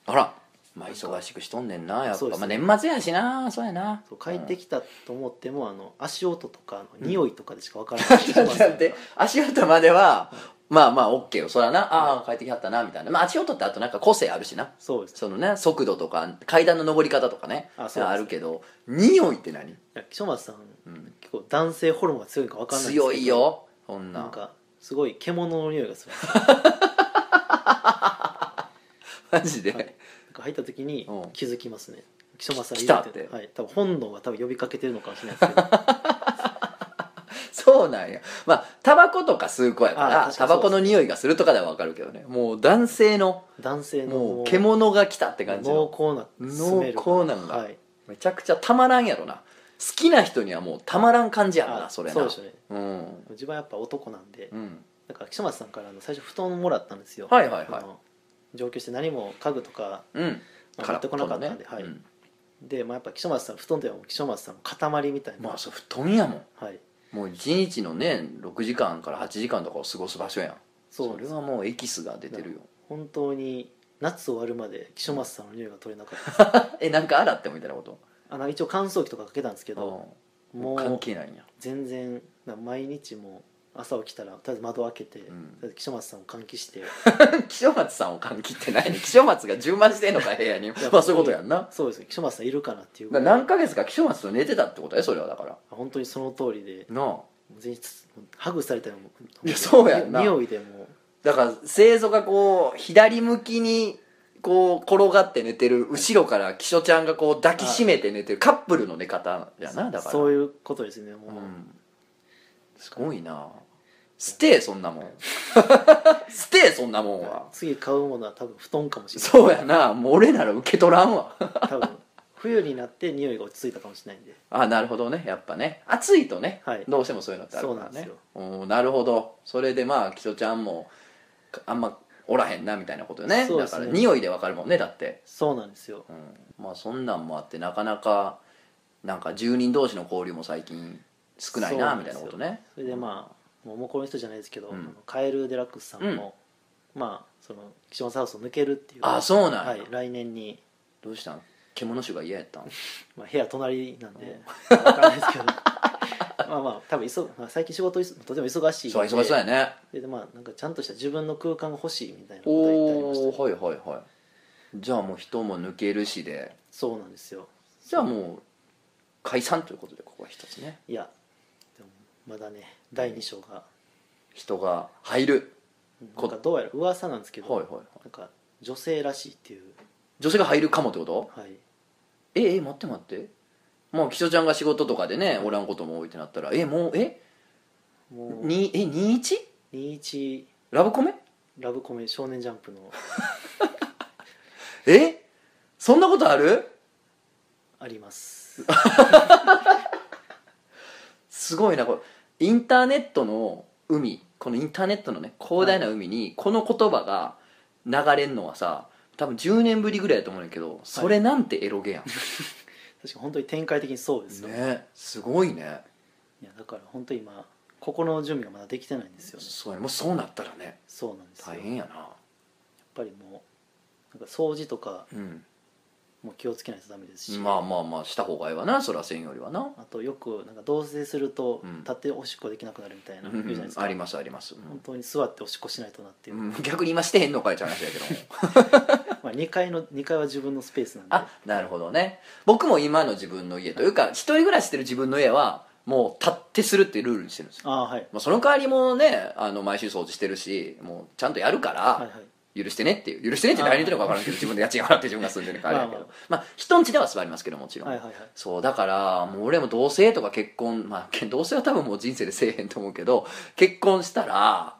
A: あらまあ忙しくしとんねんなやっぱ、
B: そうですね
A: まあ、年末やしなそうやな
B: そう帰って
A: き
B: きたと思っても、あの足音とかあの匂いとかでしか分から
A: (laughs)
B: ない、
A: た、だって足音まではまあまあ OK よそらなああー帰ってきはったなみたいな、まあ、足音ってあとなんか個性あるしな
B: そうです
A: そのね速度とか階段の上り方とかね
B: あ
A: あ
B: そうです
A: るけど匂いって何、
B: いや北松さん、
A: うん
B: 結構男性ホルモンが強いか分かんないんですけど
A: 強いよそんな
B: なんかすごい獣の匂いがするんですよ
A: マジで、
B: はいなんか入った時に
A: うん
B: 気づきますね北松さん
A: 来たって
B: いるはい、多分本能が多分呼びかけてるのかもしれないです
A: (laughs)
B: けど
A: そうなんやまあタバコとか吸う子やか
B: あ
A: ら
B: 確か
A: タ
B: にそうです
A: バコの匂いがするとかでは分かるけどねもう男性の
B: 男性の
A: もう獣が来たって感じの
B: 濃厚なスメル
A: 濃厚なんだ
B: はい、
A: めちゃくちゃたまらんやろな好きな人にはもうたまらん感じやろな
B: あ
A: それな
B: そうでしょうね
A: うん、
B: 自分はやっぱ男なんで、
A: うん、
B: だから北松さんからあの最初布団をもらったんですよ
A: はいはい
B: あ
A: は
B: の上京して何も家具とか
A: いうん
B: まあ持ってこなかったんで、
A: 空
B: はい
A: ぽうん
B: で、まあ、やっぱ北松さん布団ではもう北松さんの塊みたいな、
A: まあそう布団やもん
B: はい、
A: もう一日のね6時間から8時間とかを過ごす場所やん
B: そう
A: れはもうエキスが出てるよ
B: 本当に夏終わるまで岸松さんの匂いが取れなかっ
A: (laughs)
B: たです
A: えなんか洗ってもみたいなこと
B: あの一応乾燥機とかかけたんですけど
A: う
B: も
A: ん関
B: う
A: 係ないんや (laughs)
B: 全然な毎日もう朝起きたらとりあえず窓開けて、
A: ん
B: とりあえず岸松さんを換気して (laughs)
A: 気象松さんを換気ってないね気象松が充満してんのか部屋にまあそういうことやんなだか
B: そうですね岸松さんいるかなっていうぐ
A: ら
B: らい
A: 何ヶ月か気象松と寝てたってことやそれはだから
B: 本当にその通りで
A: なあ
B: 全員つハグされたらも
A: いやそうやんな
B: 匂いでもう
A: だから生徒がこう左向きにこう転がって寝てる後ろからキショちゃんがこう抱きしめて寝てるカップルの寝方やなだから
B: そう
A: う、
B: いうことですねもう、
A: ん、すごいな捨てえそんなも
B: (laughs)
A: ん捨てえそんなもんは
B: 次買うものは多分布団かもしれない
A: そうやなもう俺なら受け取らんわ
B: 多分冬になって匂いが落ち着いたかもしれないんで
A: あなるほどねやっぱね暑いとね、
B: はい
A: どうしてもそういうのってあるから
B: そうなんです
A: ね
B: よ
A: おなるほどそれでまあキショちゃんもかあんまおらへんなみたいなことよね
B: そうで
A: だ
B: す
A: か
B: ね
A: ら匂いでわかるもんねだって
B: そうなんですよ
A: うんまあそんなんもあってなかなかなんか住人同士の交流も最近少ないな
B: そうなん
A: みたい
B: です
A: な
B: よ
A: ことね
B: それでまあもうもうこの人じゃないですけど、
A: うん
B: あのカエル・デラックスさんも、まあそのキションサウスを抜けるっていう
A: あそうなんや
B: はい、来年に、
A: どうしたん獣種が嫌やったん
B: まあ、部屋隣なんで分かんないですけど
A: (laughs)
B: まあまあ多分忙、まあ、最近仕事いそとても忙しいんで
A: そう忙しそうやね
B: それでまあなんかちゃんとした自分の空間が欲しいみたいなことは言ってありました
A: お
B: ね、
A: おはいはいはいじゃあもう人も抜けるしで
B: そうなんですよ
A: じゃあもう解散ということでここは一つね
B: いやでもまだね第2章が、
A: 人が入る
B: なんかどうやら噂なんですけど、
A: はいはいはい
B: なんか女性らしいっていう
A: 女性が入るかもってこと
B: はい
A: ええ待って待ってもうキソちゃんが仕事とかでねおらんことも多いってなったらえもうえ
B: もう
A: にえ 21?
B: 21
A: ラブコメ
B: ラブコメ少年ジャン
A: (laughs)
B: プの
A: えそんなことある
B: あります
A: すごいなこれインターネットの海このインターネットのね広大な海にこの言葉が流れんのはさ多分10年ぶりぐらいだと思うんだけどそれなんてエロゲやん、
B: 確かに本当に展開的に (laughs) そうですよ、
A: ねすごいね
B: いやだから本当に今心の準備がまだできてないんですよね
A: そうやもうそうなったらね
B: そうなんですよ
A: 大
B: やっ
A: 変やな
B: ぱりもうなんか掃除とか
A: うん
B: もう気をつけないとダメですし、
A: まあまあまあした方がいいわなそらせんよりはな
B: あとよくなんか同棲すると
A: うん
B: 立っておしっこできなくなるみたいな
A: う
B: 言うじゃない
A: ん
B: ですか、
A: ありますあります、うん
B: 本当に座っておしっこしないとなっていう、
A: うん逆に今してへんのかいって話だけども (laughs)
B: まあ、2階の2階は自分のスペースなんで
A: あなるほどね僕も今の自分の家というか一人暮らししてる自分の家はもう立ってするっていうルールにしてるんですよ、
B: あーはい
A: まあ、その代わりもねあの毎週掃除してるしもうちゃんとやるから、
B: はいはい
A: 許してねっていう許してねって誰に言ってるのか分からんけど自分で家賃払って自分が住んでるからあれだけどま
B: まあ
A: あ人ん家では座りますけどもちろん、
B: はいはいはい
A: そうだからもう俺も同棲とか結婚まあけ同棲は多分もう人生でせえへんと思うけど結婚したら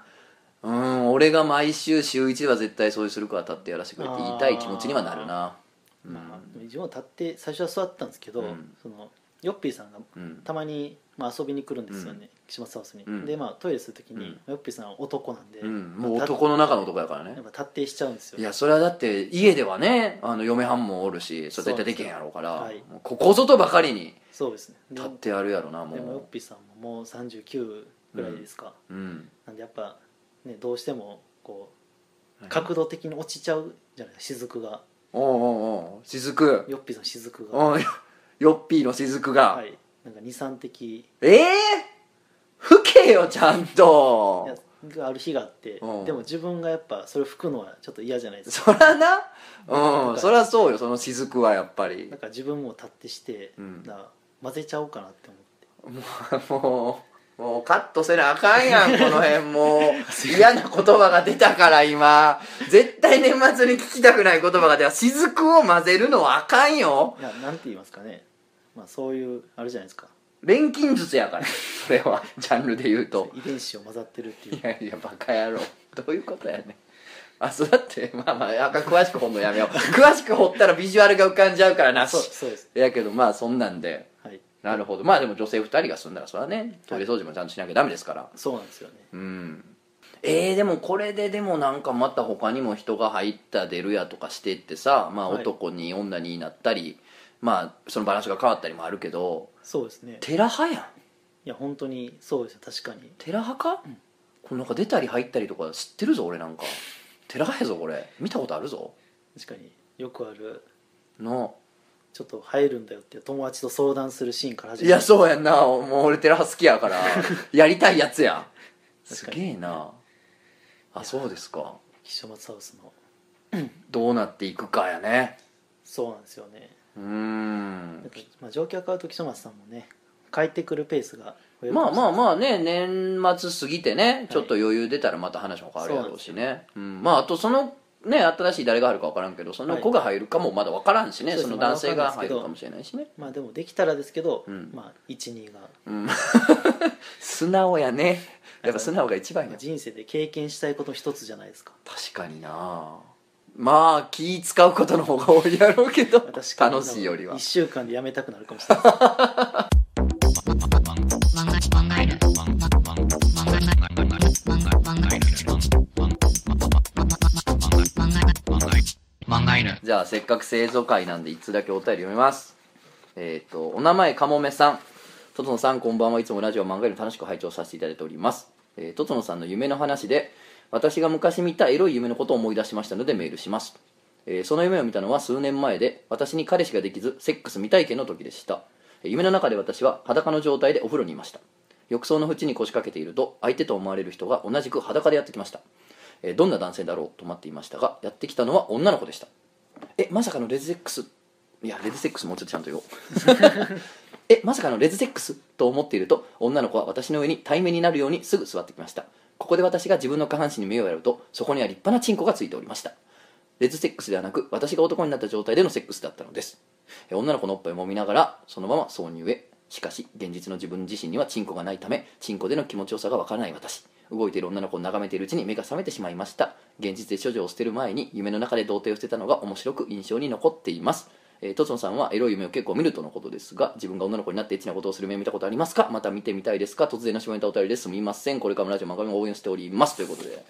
A: うん俺が毎週週1では絶対掃除するから立ってやらせてくれって言いたい気持ちにはなるなうん
B: まあ、自分は立って最初は座ってたんですけど、
A: うん
B: そのヨッピーさんが
A: うん
B: たまに、まあ、遊びに来るんですよね、岸本ハウスに、
A: うん
B: でまあトイレする時に、
A: うん
B: ヨッピーさんは男なんで、
A: うん、もう男の中の男やから
B: や
A: ね
B: っぱ立ってしちゃうんですよ
A: いやそれはだって家ではねあの嫁はんもおるしそれ絶対できへんやろうから
B: そうですよ
A: もうここぞとばかりに
B: そうですねで
A: 立ってやるやろな
B: でもヨッ
A: も
B: ピーさんももう39ぐらいですか、
A: ううん
B: なんでやっぱ、ね、どうしてもこう角度的に落ちちゃうじゃないですか雫が
A: おうおうおう雫
B: ヨッピーさん雫が、
A: おうよっぴーの雫が、
B: はいなんか23滴
A: ええ吹けよちゃん
B: いや
A: と
B: がある日があって
A: うん
B: でも自分がやっぱそれ吹くのはちょっと嫌じゃないですか
A: そらなうんそらそうよその雫はやっぱり
B: だから自分も立ってして、
A: うん
B: だから混ぜちゃおうかなって思っ
A: (laughs)
B: て
A: もうもうカットせなあかんやんこの辺
B: (laughs)
A: もう嫌な言葉が出たから今絶対年末に聞きたくない言葉が出た雫を混ぜるのはあかんよ
B: いやなんて言いますかね、まあ、そういうあれじゃないですか
A: 錬金術やからそれはジャンルで言うと
B: 遺伝子を混ざってるっていう
A: いやいやバカ野郎どういうことやねんあそうだってまあまああかん詳しく掘んのやめよう詳しく掘ったらビジュアルが浮かんじゃうからなし
B: そうそうです
A: やけどまあそんなんで
B: はい
A: なるほどまあでも女性2人が住んだらそれはねトイレ掃除もちゃんとしなきゃダメですから
B: そうなんですよね
A: うんえー、でもこれででもなんかまた他にも人が入った出るやとかしてってさまあ
B: はい
A: 男に女になったり、まあそのバランスが変わったりもあるけど
B: そうですね
A: 寺派やん
B: いや本当にそうですよ確かに
A: 寺派か、このなんか出たり入ったりとか知ってるぞ俺なんか寺派やぞこれ見たことあるぞ
B: 確かによくある
A: の
B: ちょっと入るんだよって友達と相談するシーンから始
A: いや
B: まる
A: そうやんなもう俺寺派好きや
B: (laughs)
A: からやりたいやつやす
B: 確かに
A: げえなあそうですか
B: 岸松ハウスの
A: どうなっていくかやね
B: そうなんですよね
A: うー
B: なん
A: ん
B: かまあ、状況が変わると岸松さんもね帰ってくるペースが増えるか
A: まあ
B: もし
A: ま
B: れな
A: あ
B: い
A: まあね年末過ぎてねちょっと余裕出たらまた話も変わるやろうしね、うん、まああとそのね新しい誰が入るか分からんけどその子が入るかもまだ分からんしね、
B: はい
A: その男性が
B: そうで
A: 入
B: すまだ分からんですけど
A: るかもしれないしね
B: まあでもできたらですけど、
A: うん
B: まあ12が、
A: 素直やねやっぱ素直が一番
B: ま
A: や
B: あ人生で経験したいことの一つじゃないですか
A: 確かになまあ気使うことの方が多いやろうけど
B: まあ確かに
A: 楽しいよりは
B: 1週間でやめたくなるかも
A: (laughs)
B: しれないです
C: 망가이는
A: じゃあせっかく製造会なんで一つだけお便り読みますえっ、とお名前かもめさんとつのさんこんばんはいつもラジオ漫画より楽しく拝聴させていただいておりますえーとつのさんの夢の話で私が昔見たエロい夢のことを思い出しましたのでメールします、えーその夢を見たのは数年前で私に彼氏ができずセックス未体験の時でしたえー夢の中で私は裸の状態でお風呂にいました浴槽の縁に腰掛けていると相手と思われる人が同じく裸でやってきました、えーどんな男性だろうと待っていましたがやってきたのは女の子でしたえまさかのレズセックスいやレズセックスもうちょっとちゃんと言おう (laughs) えまさかのレズセックスと思っていると女の子は私の上に対面になるようにすぐ座ってきましたここで私が自分の下半身に目をやるとそこには立派なチンコがついておりましたレズセックスではなく私が男になった状態でのセックスだったのですえ女の子のおっぱいを揉みながらそのまま挿入へしかし現実の自分自身にはチンコがないためチンコでの気持ちよさがわからない私動いている女の子を眺めているうちに目が覚めてしまいました現実で処女を捨てる前に夢の中で童貞を捨てたのが面白く印象に残っていますえー、とつのさんはエロい夢を結構見るとのことですが自分が女の子になってエッチなことをする夢を見たことありますかまた見てみたいですか突然の下ネタお便りですみませんこれからもラジオマカロンを応援しておりますということで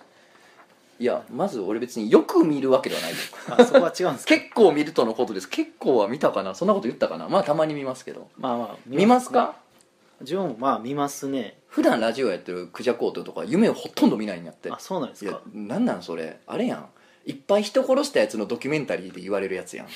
A: いやまず俺別によく見るわけではないよ
B: あそこは違うんですけど
A: 結構見るとのことです結構は見たかなそんなこと言ったかなまあたまに見ますけど
B: まあまあ
A: 見ます
B: ね
A: か
B: 自分もまあ見ますね
A: 普段ラジオやってるクジャコートとか夢をほとんど見ないんやって
B: あそうなんです
A: いや
B: か
A: なんなんそれあれやんいっぱい人殺したやつのドキュメンタリーで言われるや (laughs) つやん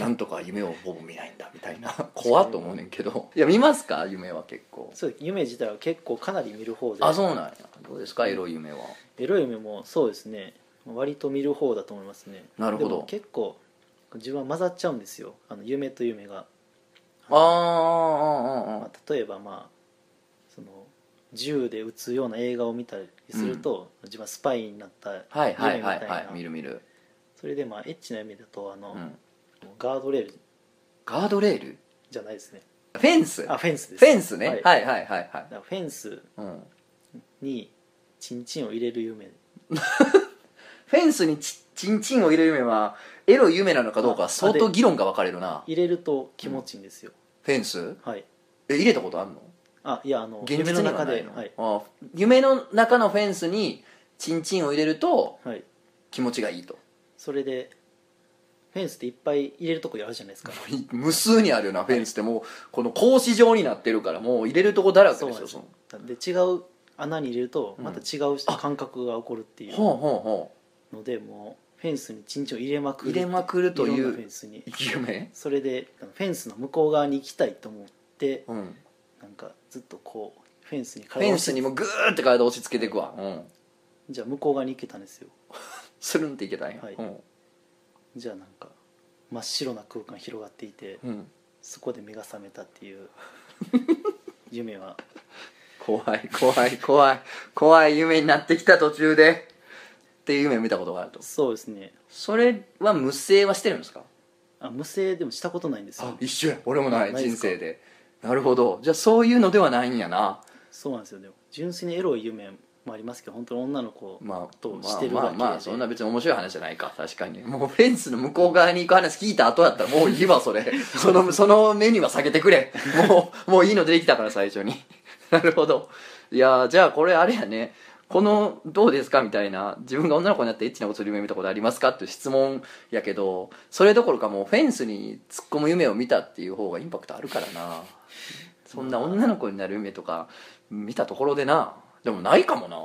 A: なんとか夢をほぼ見ないんだみたいな (laughs) 怖っと思うねんけどいや見ますか夢は結構
B: そう夢自体は結構かなり見る方で
A: あそうなんやどうですかエロい夢は
B: エロい夢もそうですね割と見る方だと思いますね
A: なるほど
B: でも結構自分は混ざっちゃうんですよあの夢と夢が、
A: あーあーあーあ
B: まあ、例えばまあその銃で撃つような映画を見たりすると、自分はスパイになった夢み
A: ーはい
B: た
A: はい
B: いな、
A: はいはい見る見る、
B: それでまあエッチな夢だとあの、
A: うん、
B: ガードレール
A: ガードレール
B: じゃないですね
A: フェンスフ
B: あフェンスです
A: ェンスね、はい、はいはいはい
B: だからフェンス
A: うん
B: にチンチンを入れる夢
A: フェンスにちちんちんを入れる夢はエロい夢なのかどうかは相当議論が分かれるな
B: 入れると気持ちいいんですよ、
A: フェンス
B: はい
A: え入れたことあるの
B: あいやあの
A: 現
B: 夢
A: 実
B: の
A: には
B: 中
A: ない
B: で
A: の
B: はい、
A: あ夢の中のフェンスにチンチンを入れると
B: はい、
A: 気持ちがいいと
B: それでフェンスっていっぱい入れるとこあるじゃないですか
A: 無数にあるよなフェンスってもうこの格子状になってるからもう入れるとこだらけ
B: そう
A: で
B: なん
A: すよ
B: です
A: そ
B: よ
A: の
B: で違う穴に入れると
A: うん
B: また違う感覚が起こるっていう
A: ほうほうほ
B: ので、もうフェンスにチンチンを入れまく
A: う
B: る
A: 入れまくると
B: い
A: い
B: ろんなフェ
A: う
B: ンスに
A: 夢
B: それであのフェンスの向こう側に行きたいと思って
A: うん
B: なんかずっとこうフェンスに
A: フ
B: 体
A: ェ
B: を
A: ンスにもグーって体を押し付けていくわうん
B: じゃあ向こう側に行けたんですよ
A: スルンっていけたんや
B: はい
A: うん
B: じゃあなんか真っ白な空間広がっていて
A: うん
B: そこで目が覚めたっていう
A: (laughs)
B: 夢は
A: 怖い怖い怖い怖い夢になってきた途中でっていう夢を見たことがあると
B: そうですね
A: それは無声はしてるんですか
B: あ無声でもしたことないんです
A: あ
B: よ
A: 一緒や俺もない
B: ないで
A: 人
B: すか
A: 生でなるほどじゃあそういうのではないんやな
B: そうなんですよでも純粋にエロい夢もありますけど本当に女の子
A: まあ
B: としてる
A: まあまあ
B: わけで、
A: まあそんな別に面白い話じゃないか確かにもうフェンスの向こう側に行く話聞いた後だったらもういいわ
B: (laughs)
A: それそのその目には避けてくれもうもういいの出てきたから最初に (laughs) なるほどいやーじゃあこれあれやねこのどうですかみたいな自分が女の子になってエッチなことする夢見たことありますかっていう質問やけどそれどころかもうフェンスに突っ込む夢を見たっていう方がインパクトあるからなそんな女の子になる夢とか見たところでなでもないかもな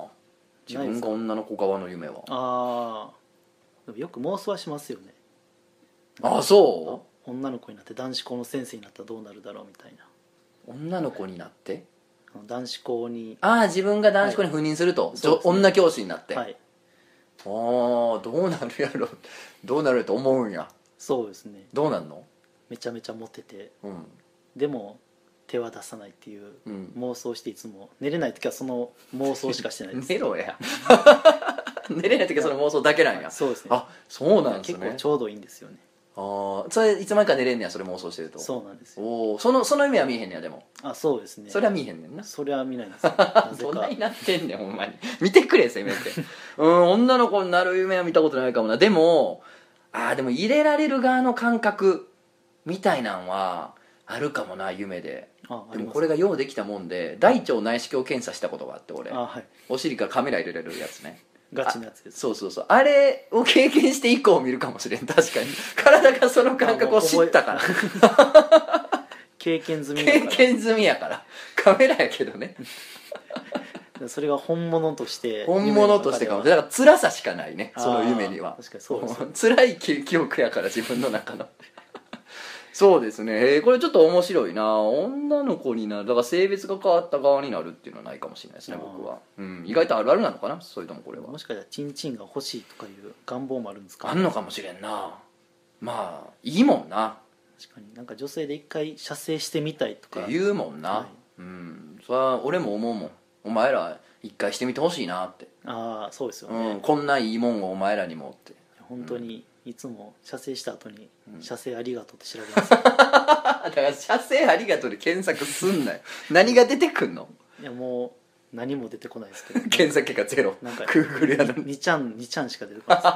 A: 自分が女の子側の夢は
B: あーでもよく妄想はしますよね
A: あそ
B: 女の子になって男子校の先生になったらどうなるだろうみたいな
A: う女の子になって
B: あの男子校に
A: ああ自分が男子校に赴任すると、
B: い
A: じょ
B: そうですね
A: 女教師になって、
B: はい
A: ああどうなるやろどうなると思うんや
B: そうですね
A: どうなんの
B: めちゃめちゃモテて
A: うん
B: でも手は出さないっていう
A: うん
B: 妄想していつも寝れない時はその妄想しかしてない
A: (laughs)
B: です
A: 寝ろや寝れない時はその妄想だけなんや
B: そうですね
A: あそうなんです
B: 結構
A: ね
B: ちょうどいいんですよね
A: ああそれいつまにか寝れんねやそれ妄想してると
B: そうなんですよ
A: おおそのその夢は見えへんねやでも、
B: あそうですね
A: それは見えへんねんな
B: それは見ないんですよなぜ
A: (laughs) どんな
B: か
A: になってんねんほんまに見てくれせめ
B: (laughs)
A: てうん女の子になる夢は見たことないかもなでもああでも入れられる側の感覚みたいなんはあるかもな夢で
B: ああ
A: で
B: り
A: も
B: ます
A: これがようできたもんで大腸内視鏡検査したことがあって俺
B: あはい
A: お尻からカメラ入れられるやつね
B: ガチのやつです
A: そうそうそうあれを経験して以降見るかもしれん確かに体がその感覚を知ったから
B: (laughs) 経験済みだ
A: 経
B: か
A: 験済みやからカメラやけどね
B: らそれが本物として
A: 本物としてかもしれないだから辛さしかないね
B: あー
A: その夢には
B: 確かにそうで
A: (laughs)
B: すね
A: 辛い記記憶やから自分の中の (laughs) そうですね、えーこれちょっと面白いな女の子になるだから性別が変わった側になるっていうのはないかもしれないですね
B: あー
A: 僕は、うん、意外とあるあるなのかなそれともこれは
B: もしかしたらチンチンが欲しいとかいう願望もあるんですか
A: あんのかもしれんなまあいいもんな
B: 確かになんか女性で一回射精してみたいと
A: っ
B: か
A: て言うもんな、
B: は
A: う
B: い
A: んそれは俺も思うもんお前ら一回してみてほしいなって、
B: ああそうですよね、
A: うん、こんないいもんをお前らにもって
B: 本当にいつも射精した後に
A: う
B: 「
A: ん
B: 射精ありがとう」って調べ
A: (laughs)
B: ます、
A: (laughs) だから「射精ありがとう」で検索すんなよ何が出てくんの
B: いやもう何も出てこないですけど
A: 検索結果ゼロ
B: なんか
A: グーグルやのに
B: 2ちゃん2ちゃんしか出てこない
A: (laughs)
B: で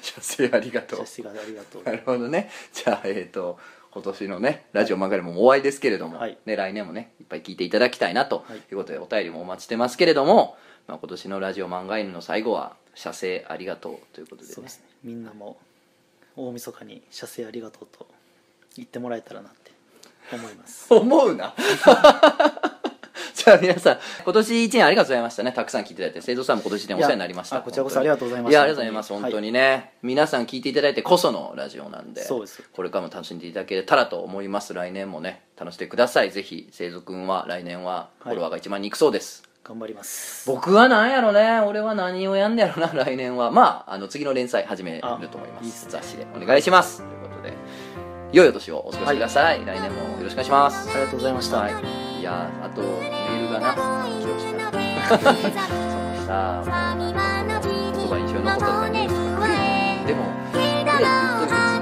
A: 「射精ありがと
B: す
A: う
B: 射精がありがとう」」
A: なるほどねじゃあえっ、と今年のねラジオ漫画でもお会いですけれども、
B: はい
A: ね、来年もねいっぱい聞いていただきたいなと
B: はい
A: いうことでお便りもお待ちしてますけれども、まあ、今年のラジオ漫画犬の最後は「射精ありがとう」ということで,、
B: そうですねみんなも大晦日に「射精ありがとう」と
A: (laughs)
B: (laughs) 言ってもらえたらなって思います
A: 思うなちじゃあ皆さん今年一年ありがとうございましたねたくさん聞いていただいて生徒さんも今年一年お世話になりました
B: いやあこちらこそありがとうございました
A: やありがとうございます本当
B: はい
A: にね、皆さん聞いていただいてこそのラジオなんで
B: そうです
A: これからも楽しんでいただけたらと思います来年もね楽しんでくださいぜひ生徒君は来年はフォロワーが1万人いくそうです、
B: 頑張ります
A: 僕はなんやろね俺は何をやんねやろな (laughs) 来年はまああの次の連載始めると思いま
B: あいいっ
A: す
B: すね
A: 雑誌でお願いしますということで良いお年をお過ごしください、来年もよろしくお願いします
B: ありがとうございました、
A: はい、いやーあとメールがな来てほしいなと思ってさ言葉に印象に残ったとかねでもこれずっとね